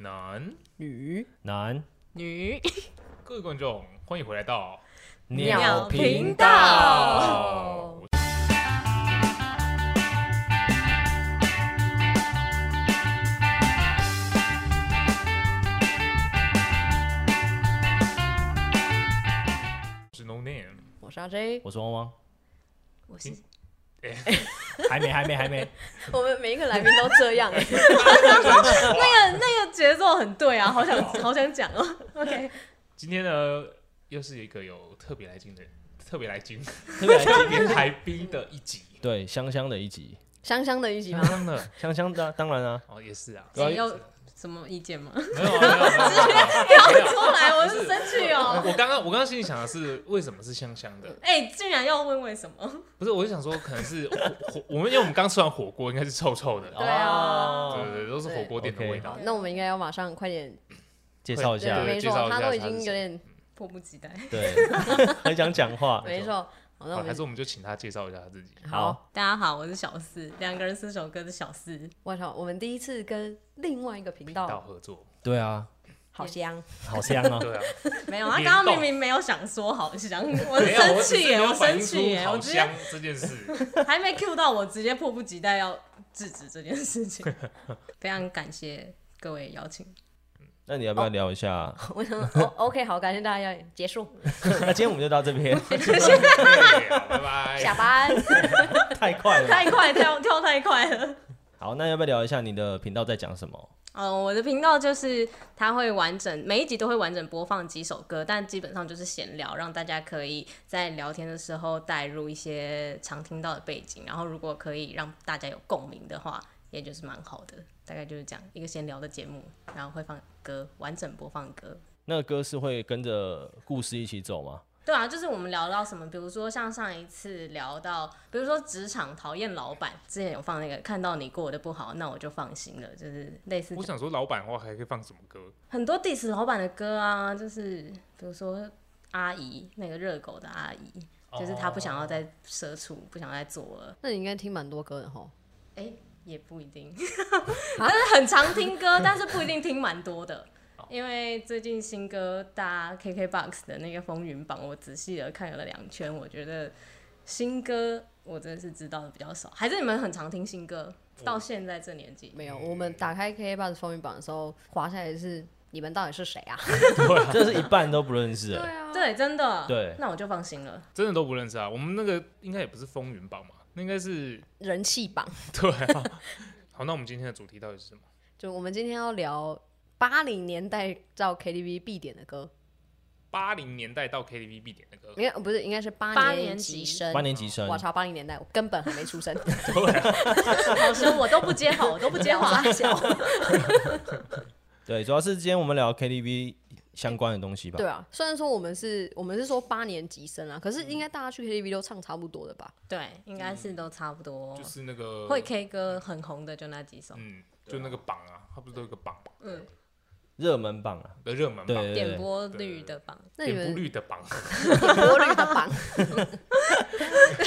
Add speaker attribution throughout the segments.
Speaker 1: 男，
Speaker 2: 女
Speaker 3: 男
Speaker 2: 女，
Speaker 1: 各位观众，欢迎回来到
Speaker 2: 鸟频
Speaker 3: 道。
Speaker 2: 哦
Speaker 1: 是 No Name，
Speaker 2: 我是阿 J，
Speaker 3: 我是汪汪，
Speaker 4: 我是
Speaker 1: 嗯哎、
Speaker 3: 还没，还没，还没。
Speaker 4: 我们每一个来宾都这 样、欸，那个那个节奏很对啊，好 想好想讲哦、OK，
Speaker 1: 今天呢又是一个有特别来宾的特别来宾，
Speaker 3: 特别来
Speaker 1: 特别来宾的一集，
Speaker 3: 对香香的一集，
Speaker 4: 香香的一集
Speaker 1: 刚
Speaker 4: 吗？
Speaker 1: 刚的
Speaker 3: 香香的当然啊，
Speaker 1: 哦也是啊，
Speaker 3: 对啊
Speaker 4: 你有什么意见吗？
Speaker 1: 没有啊没有啊没有啊没有啊
Speaker 4: 不要出来，我是生气哦、
Speaker 1: 我刚刚我刚刚心里想的是为什么是香香的，
Speaker 4: 哎、竟然要问为什么？
Speaker 1: 不是我就想说可能是火火，我们因为我们刚吃完火锅应该是臭臭的，
Speaker 4: 对啊
Speaker 1: 对
Speaker 3: 哦
Speaker 1: 对对，都是火锅店的
Speaker 3: OK
Speaker 1: 味道
Speaker 4: 好。那我们应该要马上快点，
Speaker 3: 介绍一
Speaker 4: 对，
Speaker 3: 下
Speaker 1: 对，
Speaker 4: 没错
Speaker 1: 介绍，一下
Speaker 4: 他都已
Speaker 1: 他是
Speaker 4: 经有
Speaker 1: 谁
Speaker 4: 点，
Speaker 2: 迫不及待。
Speaker 3: 对， 很想讲话。
Speaker 4: 没错。好，那我
Speaker 1: 好还
Speaker 4: 们
Speaker 1: 是我们就请他介绍一下他自己。
Speaker 3: 好，
Speaker 2: 大家好，我是小四，两个人四首歌的小四，
Speaker 4: 我操，我们第一次跟另外一个频
Speaker 1: 到
Speaker 4: 道，
Speaker 1: 合作，
Speaker 3: 对啊，
Speaker 4: 好香，
Speaker 3: 好香
Speaker 2: 哦
Speaker 3: 啊。
Speaker 1: 对啊，
Speaker 2: 没有，他
Speaker 1: 联
Speaker 2: 哎刚
Speaker 1: 动
Speaker 2: 刚明明没有想说好想， 我
Speaker 1: 没有
Speaker 2: 生
Speaker 1: 我只是
Speaker 2: 气耶，
Speaker 1: 没有
Speaker 2: 我
Speaker 1: 反
Speaker 2: 生
Speaker 1: 映
Speaker 2: 气耶，
Speaker 1: 出
Speaker 2: 我
Speaker 1: 好
Speaker 2: 直接
Speaker 1: 香这件事。
Speaker 2: 还没 Q 到我，直接迫不及待要制止这件 事情。非常感谢各位邀请，
Speaker 3: 那你要不要聊一下？
Speaker 4: 我 想哦 OK，好，感谢大家，结束，
Speaker 3: 那今天我们就到这边，
Speaker 1: 对 啊拜拜。
Speaker 4: 下班，
Speaker 3: 太快
Speaker 1: 啊
Speaker 3: 了。
Speaker 2: 太快跳跳太快了。
Speaker 3: 好，那要不要聊一下你的频道在讲什么？
Speaker 2: 嗯，我的频道就是它会完整每一集都会完整播放几首歌，但基本上就是闲聊，让大家可以在聊天的时候带入一些常听到的背景，然后如果可以让大家有共鸣的话，也就是蛮好的。大概就是这样一个闲聊的节目，然后会放歌，完整播放歌。
Speaker 3: 那个歌是会跟着故事一起走 吗？
Speaker 2: 对啊，就是我们聊到什么，比如说像上一次聊到，比如说职场讨厌老板，之前有放那个看到你过得不好，那我就放心了，就是类似
Speaker 1: 我想说，老板的话还可以放什么歌？
Speaker 2: 很多 diss 老板的歌啊，就是比如说阿姨那个热狗的阿姨，就是她不想要再社畜，不想再做了。
Speaker 4: 那你应该听蛮多歌的吼，
Speaker 2: 哎、也不一定，但是很常听歌，但是不一定听蛮多的。因为最近新歌大 KKBOX 的那个风云榜，我仔细的看了两圈，我觉得新歌我真的是知道的比较少，还是你们很常听新歌？到现在这年纪，
Speaker 4: 没有，
Speaker 1: 嗯
Speaker 4: 我们打开 K 八的风云榜的时候，滑下来是你们到底是谁啊？
Speaker 3: 这是一半都不认识欸。
Speaker 4: 啊，
Speaker 2: 对，真的，
Speaker 3: 对
Speaker 2: 那我就放心了。
Speaker 1: 真的都不认识啊。我们那个应该也不是风云榜嘛，那应该是
Speaker 4: 人气榜。
Speaker 1: 对啊。 好，那我们今天的主题到底是什么？
Speaker 4: 就我们今天要聊八零年代到 KTV 必点的歌，
Speaker 1: 八零年代到 KTV 必点的歌，
Speaker 4: 应该呃不是应该是
Speaker 2: 八
Speaker 4: 八
Speaker 2: 年
Speaker 4: 级
Speaker 2: 级
Speaker 4: 生。
Speaker 3: 八年级生
Speaker 4: 我，操，八零年代我根本还没出生，
Speaker 2: 好生我都不接好，我都不接话。
Speaker 3: 对，主要是今天我们聊 KTV 相关的东西吧
Speaker 4: 对。啊，虽然说我们是我们是说八年级生啊，可是应该大家去 KTV 都唱差不多的吧？
Speaker 2: 对，应该是都差不多。
Speaker 1: 嗯就是那个
Speaker 2: 哦会 K 哦歌很红的就那几首，
Speaker 1: 嗯，就那个榜啊，它不是都有个榜嘛
Speaker 2: 嗯，
Speaker 3: 热门榜啊，
Speaker 1: 的热门
Speaker 3: 对
Speaker 1: 榜，
Speaker 3: 对
Speaker 2: 点
Speaker 3: 对。
Speaker 2: 播率的榜，
Speaker 4: 那你
Speaker 1: 点
Speaker 4: 们
Speaker 1: 播率的榜，
Speaker 2: 嗯
Speaker 4: 点播率的 榜，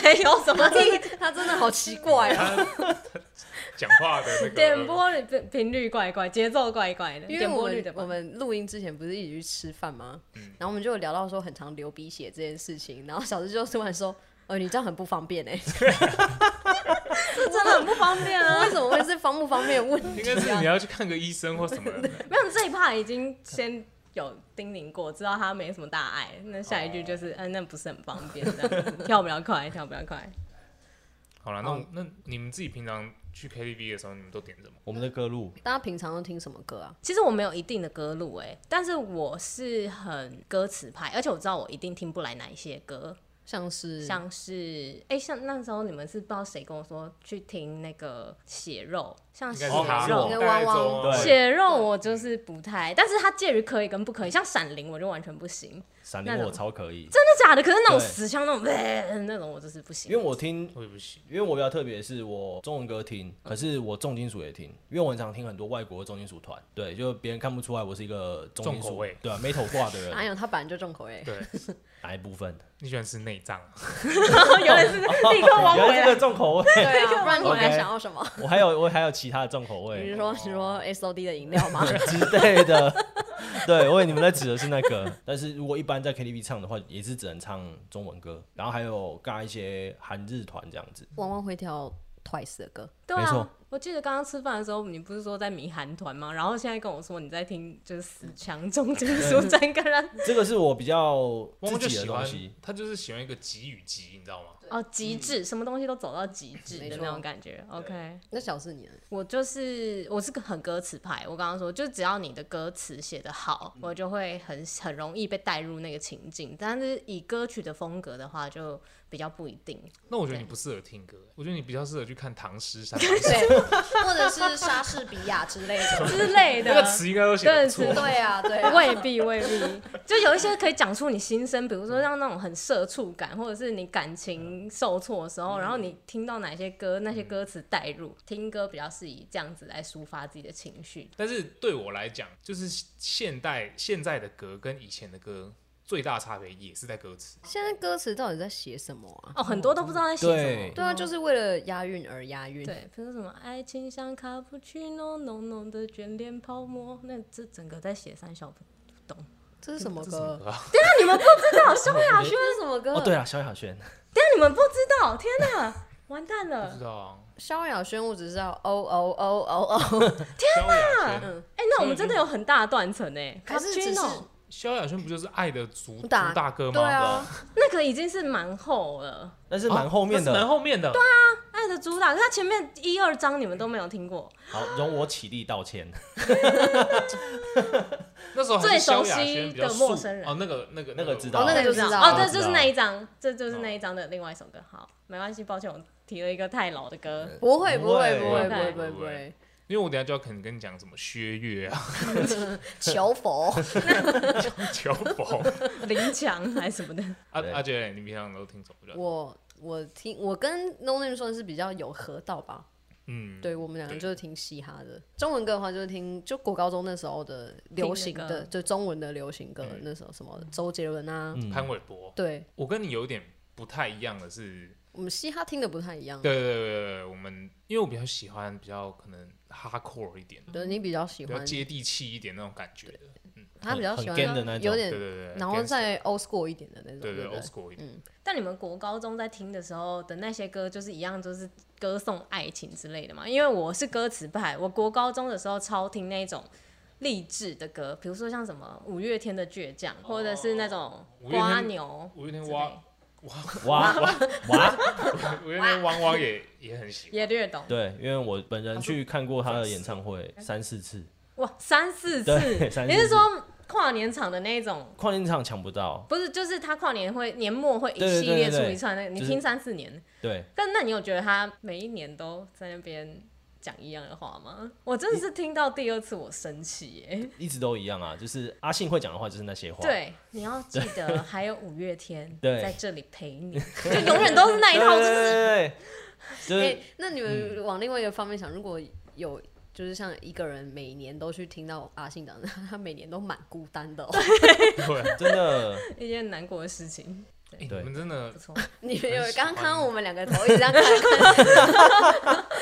Speaker 2: 没 有什么
Speaker 4: 他他真的好奇怪啊！
Speaker 1: 它讲话的那个
Speaker 2: 点播率频频率怪怪，节奏怪怪的，
Speaker 4: 因
Speaker 2: 点
Speaker 4: 为我
Speaker 2: 播率
Speaker 4: 们
Speaker 2: 的
Speaker 4: 我
Speaker 2: 榜。
Speaker 4: 们录音之前不是一起去吃饭吗？然后我们就有聊到说很常流鼻血这件事情，然后小智就突然说：“呃，你这样很不方便哎、
Speaker 2: 这真的很不方便 啊！
Speaker 4: 为什么会是方不方便的问
Speaker 1: 应
Speaker 4: 题
Speaker 1: 该是
Speaker 4: 啊
Speaker 1: 你？要去看个医生或什么的。
Speaker 2: 没有这一趴已经先有叮咛过，知道他没什么大碍。那下一句 就是，嗯、那不是很方便，这样子跳不了快，跳不了快。
Speaker 1: 好了，那我那你们自己平常去 KTV 的时候，你们都点什么？
Speaker 3: 我们的歌路
Speaker 4: 大家平常都听什么歌啊？
Speaker 2: 其实我没有一定的歌路哎、但是我是很歌词派，而且我知道我一定听不来哪一些歌，
Speaker 4: 像是
Speaker 2: 像是哎、像那时候你们是不知道谁跟我说去听那个血肉，像
Speaker 4: 啊
Speaker 1: 应
Speaker 2: 血
Speaker 1: 该
Speaker 2: 肉
Speaker 1: 是他，
Speaker 3: 是我
Speaker 1: 大
Speaker 4: 跟
Speaker 1: 概
Speaker 4: 汪汪
Speaker 1: 中
Speaker 3: 对
Speaker 2: 血肉我就是不太，但是它介于可以跟不可以，像闪灵我就完全不行，真
Speaker 3: 闪灵
Speaker 2: 那
Speaker 3: 我
Speaker 2: 种
Speaker 3: 超可以，
Speaker 2: 的假的？可是那种
Speaker 3: 对
Speaker 2: 死腔那种、 呃那种我就是不
Speaker 3: 因
Speaker 2: 行
Speaker 3: 为。我听，
Speaker 1: 我也不行。
Speaker 3: 因为我比较特别，是我中文歌听，可是我重金属也听，因为我很常听很多外国的重金属团，对，就别人看不出来我是一个重金
Speaker 1: 重口
Speaker 3: 属
Speaker 1: 味，
Speaker 2: 哎
Speaker 3: 对啊，metal 挂的
Speaker 4: 哪
Speaker 3: 人，
Speaker 4: 有他本来就重口味，
Speaker 1: 对，
Speaker 3: 哪一部分？
Speaker 1: 你喜欢吃内啊障，
Speaker 2: 哦原 来是立刻往
Speaker 3: 原
Speaker 2: 回
Speaker 3: 来这
Speaker 2: 来。
Speaker 3: 个重口味，
Speaker 4: 对啊，不然你还
Speaker 3: OK
Speaker 4: 想要什么？
Speaker 3: 我还有我还有其他的重口
Speaker 4: 比
Speaker 3: 味
Speaker 4: 如说，你说 S O D 的饮料吗？
Speaker 3: 之类的。对，我以为你们在指的是那个，但是如果一般在 KTV 唱的话，也是只能唱中文歌，然后还有尬一些韩日团这样子。
Speaker 4: 汪汪会跳 Twice 的歌，
Speaker 2: 对
Speaker 3: 没错
Speaker 2: 啊，我记得刚刚吃饭的时候，你不是说在迷韩团吗？然后现在跟我说你在听就是死强中金属整个人
Speaker 3: 这个是我比较
Speaker 1: 汪汪
Speaker 3: 自
Speaker 1: 就
Speaker 3: 己的
Speaker 1: 喜欢
Speaker 3: 东西。
Speaker 1: 他就是喜欢一个极与极，你知道吗？
Speaker 2: 哦极致，什么东西都走到极致的那种感觉。OK，
Speaker 4: 那小四你呢啊
Speaker 2: 我就是我是个很歌词派，我刚刚说，就只要你的歌词写得好，我就会很很容易被带入那个情境。但是以歌曲的风格的话，就比较不一 定。
Speaker 1: 那我觉得
Speaker 2: 对
Speaker 1: 你不适合听歌，我觉得你比较适合去看唐诗 三
Speaker 4: 对，啊或者是莎士比亚之类 的。
Speaker 2: 之类
Speaker 1: 那
Speaker 2: 的
Speaker 1: 个。词应该都写
Speaker 2: 对
Speaker 1: 得不
Speaker 2: 词
Speaker 1: 错。
Speaker 4: 对啊， 对啊，
Speaker 2: 未必未必，就有一些可以讲出你心声，比如说像那种很社畜感，或者是你感情受挫的时候，然后你听到哪些歌，那些歌词带入，听歌比较是以这样子来抒发自己的情绪。
Speaker 1: 但是对我来讲，就是现代现在的歌跟以前的歌最大差别也是在歌词。
Speaker 4: 现在歌词到底在写什么啊？
Speaker 2: 哦，很多都不知道在写什么
Speaker 3: 对。
Speaker 4: 对啊，就是为了押韵而押韵。
Speaker 2: 对，比如说什么爱情像卡布奇诺，浓浓的卷帘泡沫，那这整个在写三小不懂。
Speaker 4: 这是什么
Speaker 1: 这是什么
Speaker 4: 歌？
Speaker 1: 歌啊？
Speaker 2: 真的，萧亚
Speaker 4: 这
Speaker 2: 轩，
Speaker 4: 是什么歌？
Speaker 3: 哦，对，了，萧亚轩，
Speaker 2: 但你们不知道，天哪，完蛋
Speaker 1: 不
Speaker 2: 了！
Speaker 1: 知道啊。
Speaker 4: 萧亚轩，我只知道哦哦哦哦哦，
Speaker 1: 萧亚轩，
Speaker 2: 哎、那我们真的有很大的断层哎，卡
Speaker 4: 还
Speaker 2: 布
Speaker 4: 是
Speaker 2: 奇
Speaker 4: 只是
Speaker 2: 诺
Speaker 1: 萧亚轩不就是《爱的主主
Speaker 4: 打
Speaker 1: 大哥》吗？哦
Speaker 4: 对啊，
Speaker 2: 那个已经是蛮厚了。
Speaker 3: 哦但是
Speaker 1: 对啊，
Speaker 3: 蛮后面
Speaker 1: 那是蛮
Speaker 3: 的。
Speaker 1: 后面的。对啊，
Speaker 2: 爱的主打，可是它前面一二章你们都没有听过，
Speaker 3: 好，容我起立道 歉。
Speaker 1: 那时候还是
Speaker 2: 最熟
Speaker 1: 萧亚
Speaker 2: 悉
Speaker 1: 轩比较
Speaker 2: 的陌
Speaker 1: 素
Speaker 2: 生人
Speaker 1: 哦，那个那个
Speaker 3: 那个知道
Speaker 4: 哦，那个就知道。哦
Speaker 2: 哦，
Speaker 3: 我
Speaker 2: 对，
Speaker 3: 知
Speaker 2: 就是
Speaker 3: 道
Speaker 2: 那一张，这就是那一张的另外一首歌。好，没关系，抱歉，我提了一个太老的歌。
Speaker 4: 不会
Speaker 3: 不
Speaker 4: 不会
Speaker 3: 会
Speaker 4: 不会
Speaker 2: 不
Speaker 4: 不
Speaker 2: 会
Speaker 4: 会不会不
Speaker 1: 不
Speaker 4: 会
Speaker 1: 会，因为我等一下就要可能跟你讲什么薛岳 啊、
Speaker 4: 求佛。
Speaker 1: 乔宝
Speaker 2: 林强还是什么的，
Speaker 1: 啊
Speaker 3: 对
Speaker 1: 阿杰，你平常都听什么歌？
Speaker 4: 我我听我跟 No Name 算是比较有合到吧，
Speaker 1: 嗯，
Speaker 4: 对我们两个
Speaker 1: 对
Speaker 4: 就是听嘻哈的，中文歌的话就是听就国高中那时候的流行
Speaker 2: 听
Speaker 4: 的，
Speaker 2: 的歌
Speaker 4: 就中文的流行歌，
Speaker 1: 嗯
Speaker 4: 那时候什么周杰伦啊，
Speaker 3: 嗯
Speaker 1: 潘玮柏。
Speaker 4: 对
Speaker 1: 我跟你有点不太一样的是，
Speaker 4: 我们嘻哈听的不太一样，
Speaker 1: 对对对对对，我们因为我比较喜欢比较可能 hardcore 一点的，
Speaker 4: 对你比较喜
Speaker 1: 比较
Speaker 4: 欢，
Speaker 1: 接地气一点那种感觉的。
Speaker 4: 他比较喜
Speaker 3: 很 gang 的
Speaker 4: 欢
Speaker 3: 那种
Speaker 4: 有
Speaker 1: 对对
Speaker 4: 点，
Speaker 1: 对，
Speaker 4: 然后
Speaker 1: gangster
Speaker 4: 再 old school 一点的那种，
Speaker 1: 对
Speaker 4: 对
Speaker 1: 对
Speaker 4: 不对嗯
Speaker 1: old？school 一点。
Speaker 2: 但你们国高中在听的时候的那些歌，就是一样，就是歌颂爱情之类的嘛。因为我是歌词派，我国高中的时候超听那种励志的歌，比如说像什么五月天的倔强，或者是那
Speaker 3: 哦
Speaker 2: 种
Speaker 1: 五月天
Speaker 2: 瓜牛
Speaker 1: 五月
Speaker 2: 之
Speaker 1: 天
Speaker 2: 类
Speaker 1: 汪，
Speaker 3: 哇哇！
Speaker 1: 五月天汪汪也也很喜欢。
Speaker 2: 也略懂。
Speaker 3: 对，因为我本人去看过他的演唱会三四次，
Speaker 2: 哇，三四次
Speaker 3: 对，三
Speaker 2: 你
Speaker 3: 四
Speaker 2: 是
Speaker 3: 次
Speaker 2: 说跨年场的那种？
Speaker 3: 跨年场抢不到。
Speaker 2: 不是，就是他跨年会年末会一
Speaker 3: 对对
Speaker 2: 系
Speaker 3: 对
Speaker 2: 列
Speaker 3: 对
Speaker 2: 出
Speaker 3: 对
Speaker 2: 一串那个，你
Speaker 3: 就是
Speaker 2: 听三四年。
Speaker 3: 对，
Speaker 2: 但那你有觉得他每一年都在那边讲一样的话吗？我真的是听到第二次我生气耶。
Speaker 3: 一直都一样啊，就是阿信会讲的话就是那些话。
Speaker 2: 对，你要记得还有五 月天
Speaker 3: 对
Speaker 2: 在这里陪你，就永远都是那一
Speaker 3: 对，
Speaker 2: 套，
Speaker 3: 对
Speaker 2: 就是
Speaker 3: 对对，就
Speaker 4: 哎、
Speaker 3: 是
Speaker 4: 那你
Speaker 1: 嗯
Speaker 4: 们往另外一个方面想，如果有就是像一个人每年都去听到阿信讲的，他每年都蛮孤单 的、哦。
Speaker 1: 对，啊
Speaker 3: 真的，
Speaker 2: 一件难过的事情。
Speaker 1: 哎你们真的
Speaker 2: 不错，
Speaker 4: 你们有
Speaker 1: 很喜
Speaker 4: 刚
Speaker 1: 欢
Speaker 4: 刚看到我们两个头一直这样看来看去，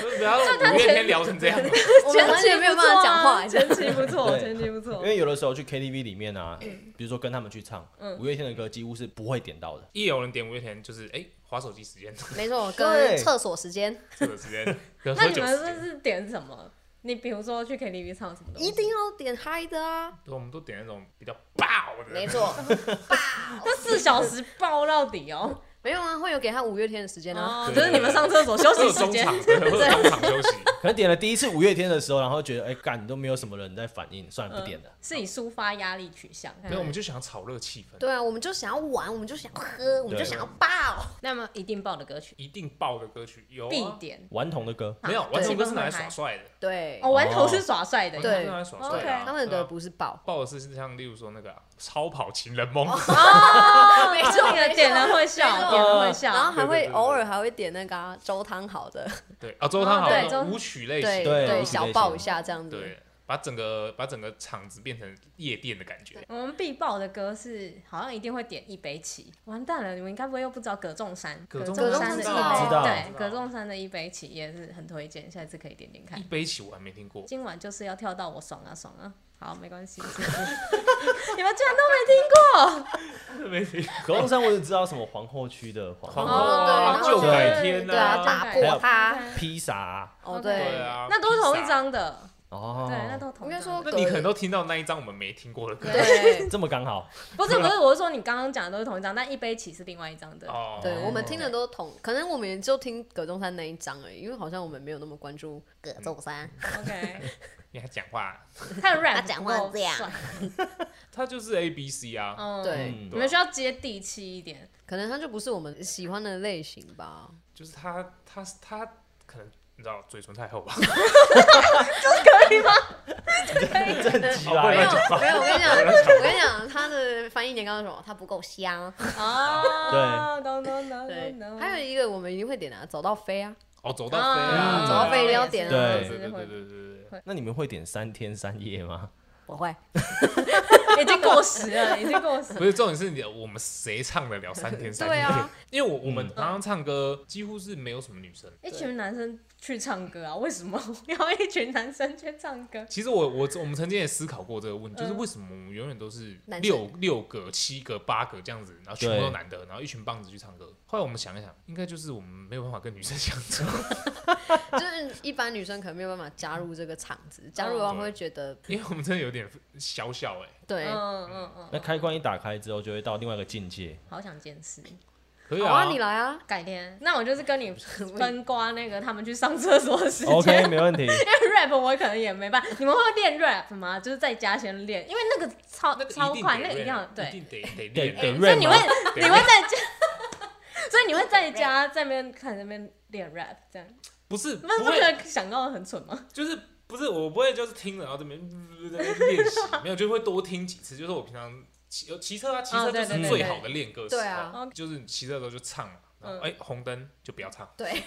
Speaker 1: 就是不要五月天聊成这样了。
Speaker 4: 我们完全没有办法讲 话。
Speaker 2: 前期不错啊，
Speaker 3: 对
Speaker 2: 前期不错，
Speaker 3: 因
Speaker 2: 前期
Speaker 3: 为有的时候去 KTV 里面啊，比如说跟他们去唱五月天的歌，几乎是不会点到的。
Speaker 1: 一有人点五月天，就是哎，划手机时间，
Speaker 4: 没错，
Speaker 3: 对
Speaker 1: 欸
Speaker 4: 跟厕所时间
Speaker 1: 这个 时间，
Speaker 2: 不
Speaker 1: 跟
Speaker 2: 错。
Speaker 1: 啊喝
Speaker 2: 那你
Speaker 1: 酒
Speaker 2: 们
Speaker 1: 时
Speaker 2: 是
Speaker 1: 间
Speaker 2: 不，是点什么？你比如说去 KTV 唱什么东西？
Speaker 4: 一定要点嗨的啊！
Speaker 1: 对我们都点那种比较爆的。
Speaker 4: 没错，
Speaker 2: 那四小时爆到底哦。
Speaker 4: 没有啊，会有给他五月天的时间啊。
Speaker 2: 哦，
Speaker 1: 对
Speaker 2: 就是你们上厕所休
Speaker 1: 会有
Speaker 2: 息时
Speaker 1: 中
Speaker 2: 间
Speaker 1: 场，，对，会有中场休 息。
Speaker 3: 可能点了第一次五月天的时候，然后觉得哎干都没有什么人在反应，算了不点了。
Speaker 2: 是以抒发压力取向。
Speaker 1: 对，我们就想炒热气氛，
Speaker 4: 对啊，我们就想要玩，我们就想要喝，我们就想要爆。
Speaker 2: 那么一定爆的歌曲
Speaker 1: 一定爆的歌曲有
Speaker 2: 必
Speaker 1: 啊，
Speaker 2: 点。
Speaker 3: 顽童的歌，
Speaker 1: 没有，
Speaker 2: 啊
Speaker 1: 完全不是拿来
Speaker 2: 气氛会
Speaker 1: 耍
Speaker 2: 嗨
Speaker 1: 帅的，
Speaker 4: 对，
Speaker 2: 哦，顽童是耍帅的，
Speaker 1: 完
Speaker 4: 对
Speaker 1: 全不是拿来耍帅的啊。
Speaker 2: OK
Speaker 4: 他们的
Speaker 1: 对啊
Speaker 4: 歌不是爆，
Speaker 1: 爆的是像例如说那个啊超跑情人梦，
Speaker 2: 哦，
Speaker 4: 没错
Speaker 2: 这个点了会
Speaker 4: 没错
Speaker 2: 笑，点
Speaker 4: 然
Speaker 2: 了会
Speaker 4: 后
Speaker 2: 笑。
Speaker 4: 还
Speaker 1: 对
Speaker 4: 会
Speaker 1: 对对对
Speaker 4: 偶尔还会点那个啊粥汤好的，
Speaker 1: 对啊，周汤好
Speaker 2: 哦对
Speaker 1: 那种
Speaker 2: 周
Speaker 1: 舞曲类
Speaker 4: 对
Speaker 1: 型，
Speaker 3: 对
Speaker 1: 对
Speaker 3: 类
Speaker 4: 对，
Speaker 3: 型
Speaker 4: 小爆一下这样子。
Speaker 1: 对，把整个把整个场子变成夜店的感觉。
Speaker 2: 我们必报的歌是好像一定会点一杯起，完蛋了，你们应该不会又不知道葛仲山，
Speaker 1: 葛
Speaker 2: 仲
Speaker 1: 仲
Speaker 2: 山的一
Speaker 4: 知道
Speaker 2: 杯
Speaker 3: 知道
Speaker 1: 知
Speaker 2: 对，
Speaker 1: 道
Speaker 2: 葛仲山的一杯起也是很推荐，下一次可以点点看
Speaker 1: 一。杯起我还没听
Speaker 4: 哦
Speaker 1: 过，
Speaker 2: 今晚就是要跳到我爽啊爽啊！好，没关系，谢谢你们居然都没听过，
Speaker 1: 没听过。
Speaker 3: 葛望山我只知道什么皇后区的皇
Speaker 1: 皇
Speaker 3: 后
Speaker 1: 后
Speaker 4: 哦对然后
Speaker 1: 旧
Speaker 4: 就是
Speaker 1: 改天
Speaker 4: 对啊，打
Speaker 2: 对
Speaker 3: 还
Speaker 4: 破
Speaker 3: 有
Speaker 4: 它。
Speaker 3: 披萨啊
Speaker 4: 哦，
Speaker 1: 对
Speaker 4: 对，
Speaker 1: 啊，
Speaker 2: 哎那都是同一
Speaker 1: 披萨。
Speaker 2: 张的，
Speaker 3: 哦，
Speaker 2: 对，那都是同一
Speaker 4: 应该
Speaker 2: 张的。
Speaker 4: 说
Speaker 1: 那你可能都听到那一张我们没听过的歌。
Speaker 4: 对，啊
Speaker 3: 这么刚好
Speaker 2: 不是不是，我是说你刚刚讲的都是同一张，但一杯起是另外一张的。
Speaker 1: 哦，
Speaker 4: 对，我们听的都同，可能我们也就听葛中山那一张而已，因为好像我们没有那么关注葛中山。
Speaker 2: OK，
Speaker 1: 你还讲话，
Speaker 2: 他 的 rap
Speaker 4: 他讲话
Speaker 2: 不够
Speaker 4: 这样
Speaker 2: 帅，
Speaker 1: 它就是 A B C 啊。
Speaker 2: 嗯，
Speaker 4: 对，
Speaker 3: 嗯
Speaker 2: 你们需要接地气 一点。
Speaker 4: 可能他就不是我们喜欢的类型吧。
Speaker 1: 就是他他他可能你知道嘴唇太厚 吧，
Speaker 3: 正极
Speaker 1: 哦不
Speaker 3: 啦
Speaker 1: 然
Speaker 4: 没
Speaker 1: 乱
Speaker 4: 有没有，我跟你讲，我跟你讲，他的翻译年糕是什么？他不够 香。
Speaker 2: 哦，懂懂 懂
Speaker 4: 对
Speaker 2: 懂，懂。
Speaker 4: 还有一个我们一定会点的啊，早到飞啊。
Speaker 1: 哦走到飞啊，
Speaker 2: 嗯
Speaker 4: 走到飞一定要点啊
Speaker 1: 对对
Speaker 3: 对
Speaker 1: 对对对对对，
Speaker 3: 那你们会点三天三夜吗？
Speaker 4: 我会，
Speaker 2: 已经过时了，已经过时了。
Speaker 1: 不是重点是你我们谁唱得了三天三夜？
Speaker 4: 对啊，
Speaker 1: 因为我我们常常唱歌几乎是没有什么女生。
Speaker 2: 一群男生去唱歌啊？为什么要一群男生去唱歌？
Speaker 1: 其实我我我们曾经也思考过这个问
Speaker 2: 嗯
Speaker 1: 题，就是为什么我们永远都是
Speaker 4: 男生
Speaker 1: 六六个、七个、八个这样子，然后全部
Speaker 3: 对
Speaker 1: 都男的，然后一群棒子去唱歌。后来我们想一想，应该就是我们没有办法跟女生相 处。
Speaker 4: 就是一般女生可能没有办法加入这个场子，加入的话会觉得
Speaker 1: 因为我们真的有点小小哎、
Speaker 4: 对。
Speaker 2: 嗯嗯嗯，
Speaker 3: 那开关一打开之后，就会到另外一个境界。
Speaker 2: 好想见识。
Speaker 1: 可以
Speaker 4: 好
Speaker 1: 啊，
Speaker 4: 啊，你来啊，
Speaker 2: 改天，那我就是跟你 分瓜那个他们去上厕所的时间。
Speaker 3: OK，没问题。
Speaker 2: 因为 rap 我可能也没办法，你们会练 rap 吗？就是在家先练，因为那个超
Speaker 1: 那个
Speaker 2: 超
Speaker 1: 一定得
Speaker 2: 快，那个一
Speaker 1: 练
Speaker 2: 定要对
Speaker 1: 一，定得 得
Speaker 3: 得
Speaker 1: 练啊
Speaker 3: 得
Speaker 2: 所以
Speaker 3: rap
Speaker 2: 你会
Speaker 3: 吗？
Speaker 2: 你会在家， 所以你会在家在那边看那边练 rap 这样，
Speaker 1: 不是
Speaker 2: 不
Speaker 1: 不
Speaker 2: 是不
Speaker 1: 会
Speaker 2: 觉得想到很蠢吗？
Speaker 1: 就是不是我不会就是听了然后这边练习，没有就会多听几次。就是我平常骑骑车啊，骑
Speaker 2: 哦
Speaker 1: 车
Speaker 2: 对
Speaker 1: 就
Speaker 2: 对
Speaker 1: 是
Speaker 2: 对
Speaker 1: 最
Speaker 2: 对哦
Speaker 1: 好的练歌时
Speaker 4: 对啊
Speaker 1: 候，就是骑车的时候就唱嘛。然后
Speaker 2: 嗯
Speaker 1: 哎，红灯就不要唱，
Speaker 4: 对，啊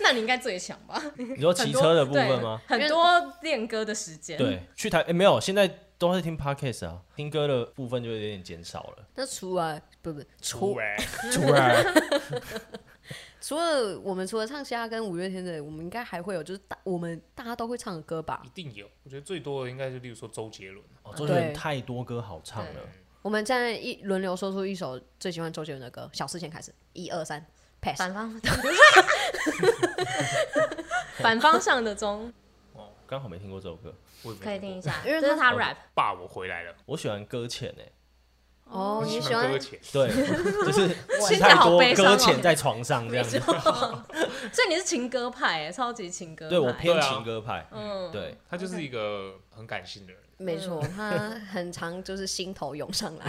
Speaker 2: 那你应该最强 吧？
Speaker 3: 你说骑车的部分吗？
Speaker 2: 很多对很多练歌的时间，，
Speaker 3: 对，去台诶哎没有，现在都是听 podcast 啊，听歌的部分就有点减少了。
Speaker 4: 那除了不不
Speaker 1: 出
Speaker 4: 除
Speaker 1: 哎，
Speaker 3: 突然，
Speaker 4: 除了我们除了唱嘻哈跟五月天的，我们应该还会有就是大我们大家都会唱的歌吧
Speaker 1: 一？定有。我觉得最多的应该就例如说周杰伦， 啊
Speaker 3: 哦，周杰伦
Speaker 4: 对
Speaker 3: 太多歌好唱了。
Speaker 4: 我们现在一轮流说出一首最喜欢周杰伦的歌，小事先开始，一二三，pass。
Speaker 2: 反方 反方向的钟
Speaker 3: 哦，刚好没听过这首歌。
Speaker 1: 我也没
Speaker 2: 可以听一 下，
Speaker 4: 因为
Speaker 2: 这是他
Speaker 3: 他
Speaker 2: rap，
Speaker 1: 爸，我回来了。
Speaker 3: 我喜欢搁浅诶，
Speaker 4: 哦，你
Speaker 1: 我
Speaker 4: 喜
Speaker 1: 歌
Speaker 4: 欢
Speaker 1: 前
Speaker 3: 对，就是
Speaker 2: 听
Speaker 3: 吃
Speaker 2: 起来
Speaker 3: 太
Speaker 2: 好
Speaker 3: 多
Speaker 2: 悲伤哦
Speaker 3: 搁浅在床上这样 子。
Speaker 2: 所以你是情歌派耶，超级情歌派，
Speaker 3: 对我偏
Speaker 1: 对啊
Speaker 3: 情歌派，
Speaker 2: 嗯，
Speaker 3: 对，
Speaker 1: 他就是一个很感性的人。
Speaker 4: 没错，他很常就是心头涌上来。